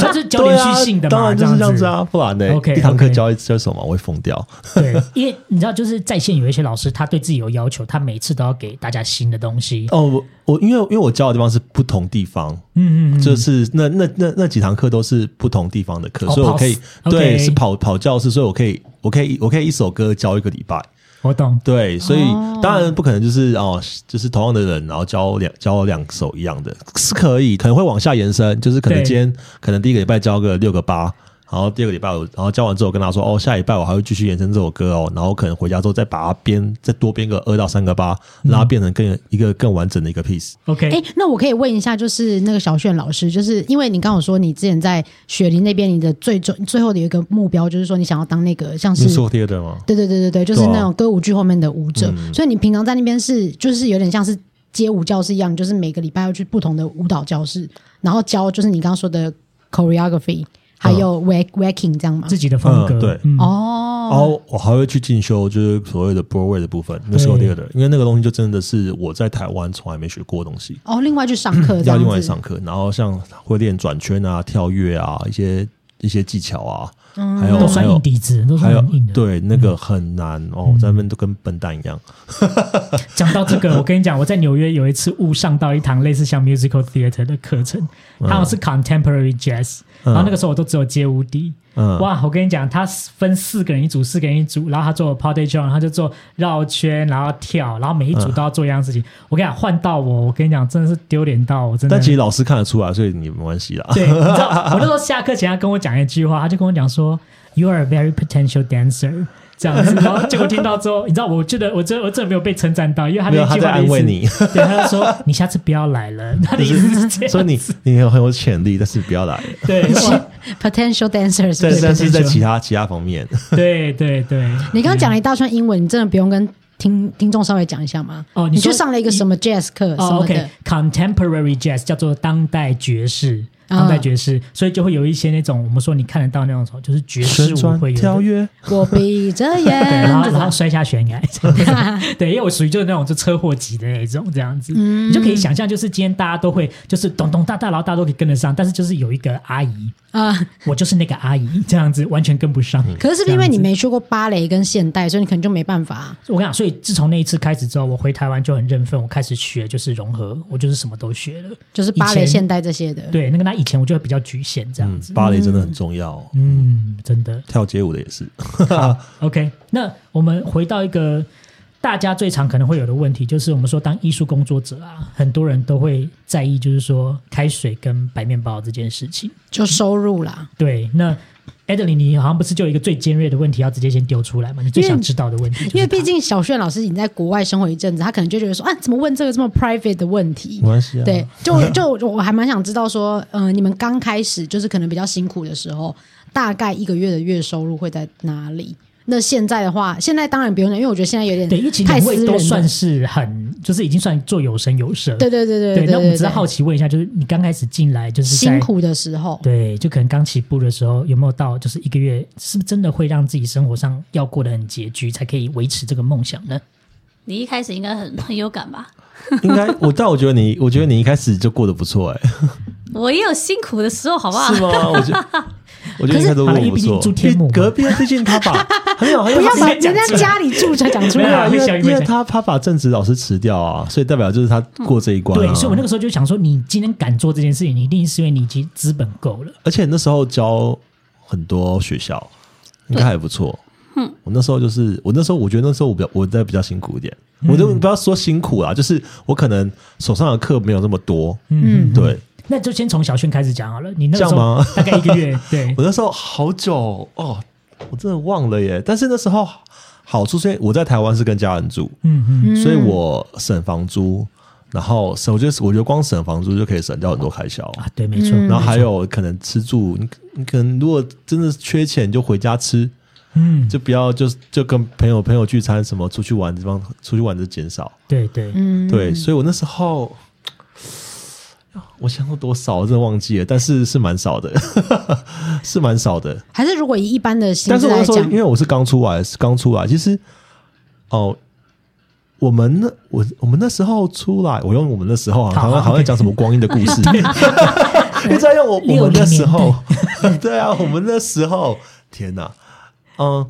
[SPEAKER 4] 就是教连续性的嘛，
[SPEAKER 6] 对啊当然就是这样子
[SPEAKER 4] 子。
[SPEAKER 6] 啊，不然呢
[SPEAKER 4] OK，
[SPEAKER 6] 一堂课
[SPEAKER 4] OK
[SPEAKER 6] 教一教一首嘛，我会疯掉。
[SPEAKER 4] 对，因为你知道，就是在线有一些老师，他对自己有要求，他每次都要给大家新的东西。
[SPEAKER 6] 哦，我我因为因为我教的地方是不同地方，
[SPEAKER 4] 嗯嗯嗯，
[SPEAKER 6] 就是那那那那几堂课都是不同地方的课，
[SPEAKER 4] 哦
[SPEAKER 6] 所以我
[SPEAKER 4] 跑
[SPEAKER 6] 可以
[SPEAKER 4] OK
[SPEAKER 6] 对是跑跑教室，所以我可以我可以我可以一首歌教一个礼拜，
[SPEAKER 4] 我懂。
[SPEAKER 6] 对，所以当然不可能就是哦，就是同样的人，然后教两教两首一样的是可以，可能会往下延伸，就是可能
[SPEAKER 4] 对
[SPEAKER 6] 今天可能第一个礼拜教个六个八。然后第二个礼拜我，然后教完之后跟他说，哦，下礼拜我还会继续延伸这首歌哦，然后可能回家之后再把它编，再多编个二到三个八，让它变成更一个更完整的一个 piece。
[SPEAKER 4] OK，
[SPEAKER 5] 哎、那我可以问一下，就是那个小炫老师，就是因为你刚好说你之前在雪梨那边，你的最终最后的有一个目标，就是说你想要当那个像是
[SPEAKER 6] 你说 theater 吗？
[SPEAKER 5] 对对对对对，就是
[SPEAKER 6] 对啊
[SPEAKER 5] 那种歌舞剧后面的舞者，所以你平常在那边是就是有点像是街舞教室一样，就是每个礼拜要去不同的舞蹈教室，然后教就是你刚刚说的 choreography，还有 wak waking 这样吗？
[SPEAKER 4] 自己的风格，
[SPEAKER 6] 嗯对
[SPEAKER 4] 嗯
[SPEAKER 5] 哦，
[SPEAKER 6] 然后我还会去进修，就是所谓的 Broadway 的部分，那是我第二的，因为那个东西就真的是我在台湾从来没学过的东西，嗯
[SPEAKER 5] 哦，另外去上课这样子，
[SPEAKER 6] 要另外上课。然后像会练转圈啊、跳跃啊、一些一些技巧啊，还有
[SPEAKER 4] 都
[SPEAKER 6] 还
[SPEAKER 4] 算
[SPEAKER 6] 有
[SPEAKER 4] 硬底嗯子，都
[SPEAKER 6] 还
[SPEAKER 4] 算
[SPEAKER 6] 有
[SPEAKER 4] 很硬的。
[SPEAKER 6] 对那个很难哦，在那边都跟笨蛋一样。
[SPEAKER 4] 讲到这个，我跟你讲，我在纽约有一次误上到一堂类似像 musical theater 的课程，
[SPEAKER 6] 嗯
[SPEAKER 4] 它好像是 contemporary jazz，、然后那个时候我都只有街舞底。
[SPEAKER 6] 嗯
[SPEAKER 4] 哇，我跟你讲，他分四个人一组，四个人一组，然后他做 p o t y jump，他就做绕圈，然后跳，然后每一组都要做一样事情。
[SPEAKER 6] 嗯
[SPEAKER 4] 我跟你讲，换到我，我跟你讲，真的是丢脸到我真的。
[SPEAKER 6] 但其实老师看得出来，所以你没关系啦。
[SPEAKER 4] 对， 你知道，我那时候下课前，他跟我讲一句话，他就跟我讲说，You are a very potential dancer。这样子，然后结果听到之后，你知道，我觉得我真我真的没有被称赞到，因为他
[SPEAKER 6] 没有
[SPEAKER 4] 那
[SPEAKER 6] 他
[SPEAKER 4] 句
[SPEAKER 6] 在
[SPEAKER 4] 话的
[SPEAKER 6] 安
[SPEAKER 4] 意思，
[SPEAKER 6] 慰你，
[SPEAKER 4] 对，他就说你下次不要来 了，他的意思是 这样，
[SPEAKER 6] 所以你你很很有潜力，但是不要来。
[SPEAKER 4] 对
[SPEAKER 5] potential dancers
[SPEAKER 6] 但
[SPEAKER 5] 对
[SPEAKER 6] 但是在
[SPEAKER 4] potential
[SPEAKER 6] 其他其他方面，
[SPEAKER 4] 对对对，
[SPEAKER 5] 你刚刚
[SPEAKER 4] 嗯
[SPEAKER 5] 讲了一大串英文，你真的不用跟听听众稍微讲一下吗？
[SPEAKER 4] 哦你
[SPEAKER 5] 你
[SPEAKER 4] 说
[SPEAKER 5] 去上了一个什么 jazz 课什
[SPEAKER 4] 哦
[SPEAKER 5] 么的，
[SPEAKER 4] ，OK，contemporary jazz 叫做当代爵士。
[SPEAKER 5] 啊
[SPEAKER 4] 当代爵士，所以就会有一些那种我们说你看得到那种什么，就是爵士
[SPEAKER 6] 旋
[SPEAKER 4] 舞
[SPEAKER 6] 转
[SPEAKER 4] 会有的
[SPEAKER 6] 跳跃，
[SPEAKER 5] 我闭着
[SPEAKER 4] 对，然
[SPEAKER 5] 眼
[SPEAKER 4] 后。然后摔下 悬崖，这样子 对，因为我属于就是那种就车祸级的那种这样子，
[SPEAKER 5] 嗯
[SPEAKER 4] 你就可以想象，就是今天大家都会就是咚咚哒哒，然后大家都可以跟得上，但是就是有一个阿姨，
[SPEAKER 5] 啊、
[SPEAKER 4] 我就是那个阿姨这样子，完全跟不上。
[SPEAKER 6] 嗯
[SPEAKER 5] 可是是
[SPEAKER 4] 这
[SPEAKER 5] 不是因
[SPEAKER 4] 样
[SPEAKER 5] 为
[SPEAKER 4] 子
[SPEAKER 5] 你没学过芭蕾跟现代，所以你可能就没办法、
[SPEAKER 4] 我跟你讲，所以自从那一次开始之后，我回台湾就很认份，我开始学就是融合，我就是什么都学了。
[SPEAKER 5] 就是芭蕾、
[SPEAKER 4] 以前
[SPEAKER 5] 现代这些的。
[SPEAKER 4] 对，那个那以前我就会比较局限这样
[SPEAKER 6] 嗯
[SPEAKER 4] 子，。
[SPEAKER 6] 芭蕾真的很重要，
[SPEAKER 4] 嗯，真的。
[SPEAKER 6] 跳街舞的也是。
[SPEAKER 4] OK，那我们回到一个大家最常可能会有的问题，就是我们说当艺术工作者啊，很多人都会在意，就是说开水跟白面包这件事情。
[SPEAKER 5] 就收入啦。
[SPEAKER 4] 对，那 Adeline，你好像不是就有一个最尖锐的问题要直接先丢出来嘛？你最
[SPEAKER 5] 因为
[SPEAKER 4] 想知道的问题就是它，
[SPEAKER 5] 因为毕竟小炫老师已经在国外生活一阵子，他可能就觉得说，啊，怎么问这个这么 private 的问题？
[SPEAKER 6] 没关系啊
[SPEAKER 5] 对，就就 我我还蛮想知道说，呃，你们刚开始就是可能比较辛苦的时候，大概一个月的月收入会在哪里？那现在的话，现在当然不用讲，因为我觉得现在有点
[SPEAKER 4] 对，因为其实
[SPEAKER 5] 太
[SPEAKER 4] 两
[SPEAKER 5] 私
[SPEAKER 4] 位
[SPEAKER 5] 人
[SPEAKER 4] 都
[SPEAKER 5] 了。
[SPEAKER 4] 算是很，就是已经算做有声有色。
[SPEAKER 5] 对对对对
[SPEAKER 4] 对那我们只是
[SPEAKER 5] 对
[SPEAKER 4] 好奇问一下，就是你刚开始进来就是在
[SPEAKER 5] 辛苦的时候，
[SPEAKER 4] 对，就可能刚起步的时候，有没有到就是一个月，是不是真的会让自己生活上要过得很拮据，才可以维持这个梦想呢？
[SPEAKER 7] 你一开始应该很很有感吧？
[SPEAKER 6] 应该我，但我觉得你，我觉得你一开始就过得不错，哎，
[SPEAKER 7] 我也有辛苦的时候，好不好
[SPEAKER 6] 是？吗？我 觉得，我觉得一开始都过
[SPEAKER 4] 可是好了
[SPEAKER 6] 得不错。
[SPEAKER 4] 因为毕竟住天母嘛
[SPEAKER 6] 隔壁啊最近他 把很有很有
[SPEAKER 5] 不要
[SPEAKER 4] 直
[SPEAKER 5] 把
[SPEAKER 4] 接讲
[SPEAKER 5] 人家
[SPEAKER 4] 出来
[SPEAKER 5] 家里住就讲 出
[SPEAKER 4] 没有
[SPEAKER 5] 来
[SPEAKER 4] 啊。
[SPEAKER 6] 因
[SPEAKER 4] 会想
[SPEAKER 6] 为因
[SPEAKER 4] 会
[SPEAKER 6] 为
[SPEAKER 4] 想
[SPEAKER 6] 他他把正职老师辞掉啊，所以代表就是他过这一关、啊
[SPEAKER 4] 嗯对，所以我那个时候就想说，你今天敢做这件事情，你一定是因为你已经资本够了。
[SPEAKER 6] 而且那时候教很多学校，应该还不错。嗯，我那时候就是我那时候，我觉得那时候我比较我在比较辛苦一点，
[SPEAKER 4] 嗯
[SPEAKER 6] 我就不要说辛苦啦，就是我可能手上的课没有那么多。
[SPEAKER 4] 嗯，
[SPEAKER 6] 对
[SPEAKER 4] 那就先从小轩开始讲好了。你那个时
[SPEAKER 6] 这样
[SPEAKER 4] 候
[SPEAKER 6] 吗
[SPEAKER 4] 大概一个月，对
[SPEAKER 6] 我那时候好久哦，我真的忘了耶。但是那时候好处是因为我在台湾是跟家人住，
[SPEAKER 4] 嗯 嗯，
[SPEAKER 6] 所以我省房租，然后省我觉得我觉得光省房租就可以省掉很多开销。
[SPEAKER 4] 啊，对，没错。
[SPEAKER 6] 然后还有可能吃住，你你可能如果真的缺钱，你就回家吃。
[SPEAKER 4] 嗯，
[SPEAKER 6] 就不要就就跟朋友朋友聚餐什么出去玩地方出去玩就减少。
[SPEAKER 4] 对对，
[SPEAKER 5] 嗯
[SPEAKER 6] 对，所以我那时候。我想过多少，我真的忘记了，但是是蛮少的， 是蛮少的。
[SPEAKER 5] 还是如果以一般的薪
[SPEAKER 6] 但是
[SPEAKER 5] 资
[SPEAKER 6] 我
[SPEAKER 5] 来
[SPEAKER 6] 那时候
[SPEAKER 5] 讲
[SPEAKER 6] 因，为我是刚出来，是刚出来，其实哦，我们那我我们那时候出来，我用我们那时候啊，
[SPEAKER 4] 好
[SPEAKER 6] 好像
[SPEAKER 4] 好
[SPEAKER 6] 好像在讲什么光阴的故事， 你知道用我我们那时候， 对啊，我们那时候，天哪，嗯。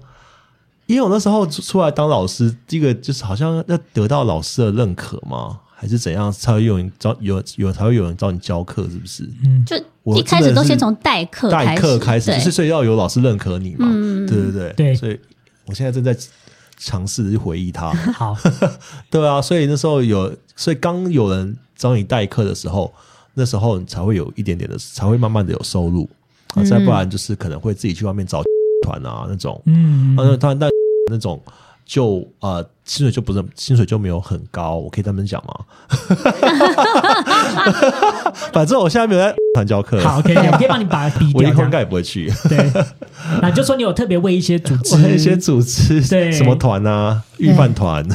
[SPEAKER 6] 因为我那时候出出来当老师，第一个就是好像要得到老师的认可嘛，还是怎样才会有人找有有才会有人找你教课，是不是？
[SPEAKER 7] 就
[SPEAKER 6] 我
[SPEAKER 7] 一开始
[SPEAKER 6] 真的
[SPEAKER 7] 都
[SPEAKER 6] 是
[SPEAKER 7] 先从代课
[SPEAKER 6] 代课开
[SPEAKER 7] 开
[SPEAKER 6] 始，
[SPEAKER 7] 对
[SPEAKER 6] 就是所以要有老师认可你嘛。对对对
[SPEAKER 4] 对
[SPEAKER 6] 所以我现在正在尝试去回忆他。
[SPEAKER 4] 好，
[SPEAKER 6] 对啊，所以那时候有，所以刚有人找你代课的时候，那时候你才会有一点点的，才会慢慢的有收入。
[SPEAKER 4] 嗯
[SPEAKER 6] 啊，再不然就是可能会自己去外面找团啊那种，
[SPEAKER 4] 嗯
[SPEAKER 6] 啊，那当然但那种就呃薪水就不是薪水就没有很高，我可以这么讲 吗？反正我现在没有在团教课，
[SPEAKER 4] 好，OK，我可以帮你把它逼
[SPEAKER 6] 我
[SPEAKER 4] 掉
[SPEAKER 6] 以后
[SPEAKER 4] 这
[SPEAKER 6] 应
[SPEAKER 4] 样。
[SPEAKER 6] 该也不会去。
[SPEAKER 4] 对，那就说你有特别为一些组织
[SPEAKER 6] 我，一些组织，
[SPEAKER 4] 对
[SPEAKER 6] 什么团啊，
[SPEAKER 5] 对
[SPEAKER 6] 预饭团，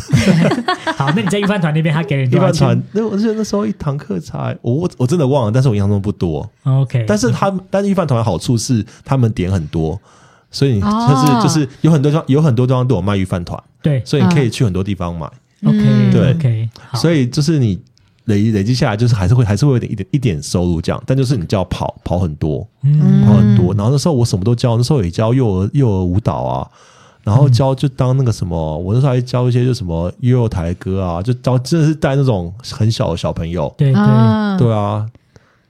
[SPEAKER 4] 好，那你在预饭团那边他给了你
[SPEAKER 6] 预
[SPEAKER 4] 多少
[SPEAKER 6] 饭
[SPEAKER 4] 钱
[SPEAKER 6] 团。那我记得那时候一堂课才，我我我真的忘了，但是我印象中不多。
[SPEAKER 4] ？OK，
[SPEAKER 6] 但是他们，但是预饭团的好处是他们点很多，所以你就是、
[SPEAKER 5] 哦
[SPEAKER 6] 就是有很多地方有很多地方都有卖预饭团，
[SPEAKER 4] 对嗯
[SPEAKER 6] 所以你可以去很多地方买。
[SPEAKER 4] ，OK，
[SPEAKER 6] 嗯对
[SPEAKER 4] ，OK，好，
[SPEAKER 6] 所以就是你累积累积下来，就是还是会还是会有点一点一点收入这样，但就是你就要跑跑很多，
[SPEAKER 4] 嗯
[SPEAKER 6] 跑很多。然后那时候我什么都教，那时候也教幼儿幼儿舞蹈啊，
[SPEAKER 4] 嗯
[SPEAKER 6] 然后教就当那个什么，我那时候还教一些就什么幼儿台歌啊，就教真的是带那种很小的小朋友，
[SPEAKER 4] 对对，
[SPEAKER 5] 啊，
[SPEAKER 6] 对啊，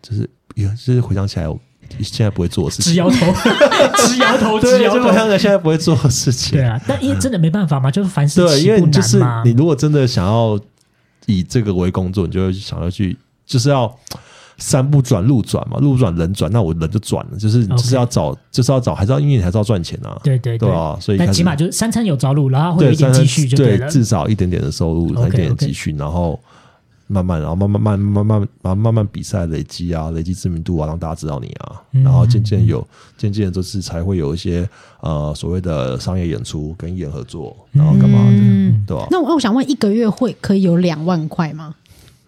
[SPEAKER 6] 就是也就是回想起来，我现在不会做的事
[SPEAKER 4] 直
[SPEAKER 6] 情，
[SPEAKER 4] 摇头，直摇头，直
[SPEAKER 6] 对，
[SPEAKER 4] 摇
[SPEAKER 6] 就回想
[SPEAKER 4] 头。
[SPEAKER 6] 起来现在不会做的事情
[SPEAKER 4] 对，啊，但因为真的没办法嘛，就是凡事
[SPEAKER 6] 对，
[SPEAKER 4] 起
[SPEAKER 6] 因为
[SPEAKER 4] 步
[SPEAKER 6] 你就
[SPEAKER 4] 难
[SPEAKER 6] 是
[SPEAKER 4] 嘛
[SPEAKER 6] 你。如果真的想要以这个为工作，你就会想要去，就是要山不转路转嘛，路不转人转，那我人就转了，就是你
[SPEAKER 4] OK
[SPEAKER 6] 就是要找就是要找，还是要因为你还是要赚钱啊，
[SPEAKER 4] 对对
[SPEAKER 6] 对啊，所以
[SPEAKER 4] 但
[SPEAKER 6] 开
[SPEAKER 4] 起
[SPEAKER 6] 始
[SPEAKER 4] 码就是三餐有着陆，然后哦会有
[SPEAKER 6] 对
[SPEAKER 4] 一点
[SPEAKER 6] 三
[SPEAKER 4] 积
[SPEAKER 6] 餐
[SPEAKER 4] 蓄就
[SPEAKER 6] 对
[SPEAKER 4] 了。
[SPEAKER 6] 至少一点点的收入，
[SPEAKER 4] OK，
[SPEAKER 6] 一点点
[SPEAKER 4] OK
[SPEAKER 6] 积蓄，然后。慢慢，然后慢慢慢慢慢慢慢慢慢比赛累积啊，累积知名度啊，让大家知道你啊，
[SPEAKER 4] 嗯
[SPEAKER 6] 然后渐渐有，渐渐就是才会有一些呃所谓的商业演出跟艺人合作，然后干嘛的，
[SPEAKER 5] 嗯
[SPEAKER 6] 对吧、
[SPEAKER 5] 那我我想问，一个月会可以有两万块吗？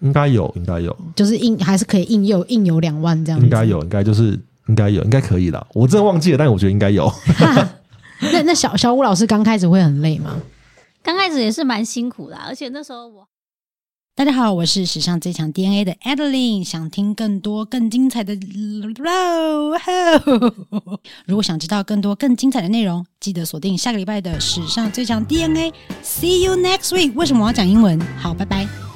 [SPEAKER 6] 应该有，应该有，
[SPEAKER 5] 就是应还是可以应有应有两万这样
[SPEAKER 4] 嗯
[SPEAKER 5] 子？
[SPEAKER 6] 应该。有，应该就是应该有，应该可以啦。我真的忘记了，但我觉得应该有。
[SPEAKER 5] 那那小小武老师刚开始会很累吗？
[SPEAKER 7] 刚开始也是蛮辛苦的啊，而且那时候我
[SPEAKER 5] 大家好，我是史上最强 DNA 的 Adeline。想听更多更精彩的，如果想知道更多更精彩的内容，记得锁定下个礼拜的史上最强 DNA。See you next week。为什么我要讲英文？好，拜拜。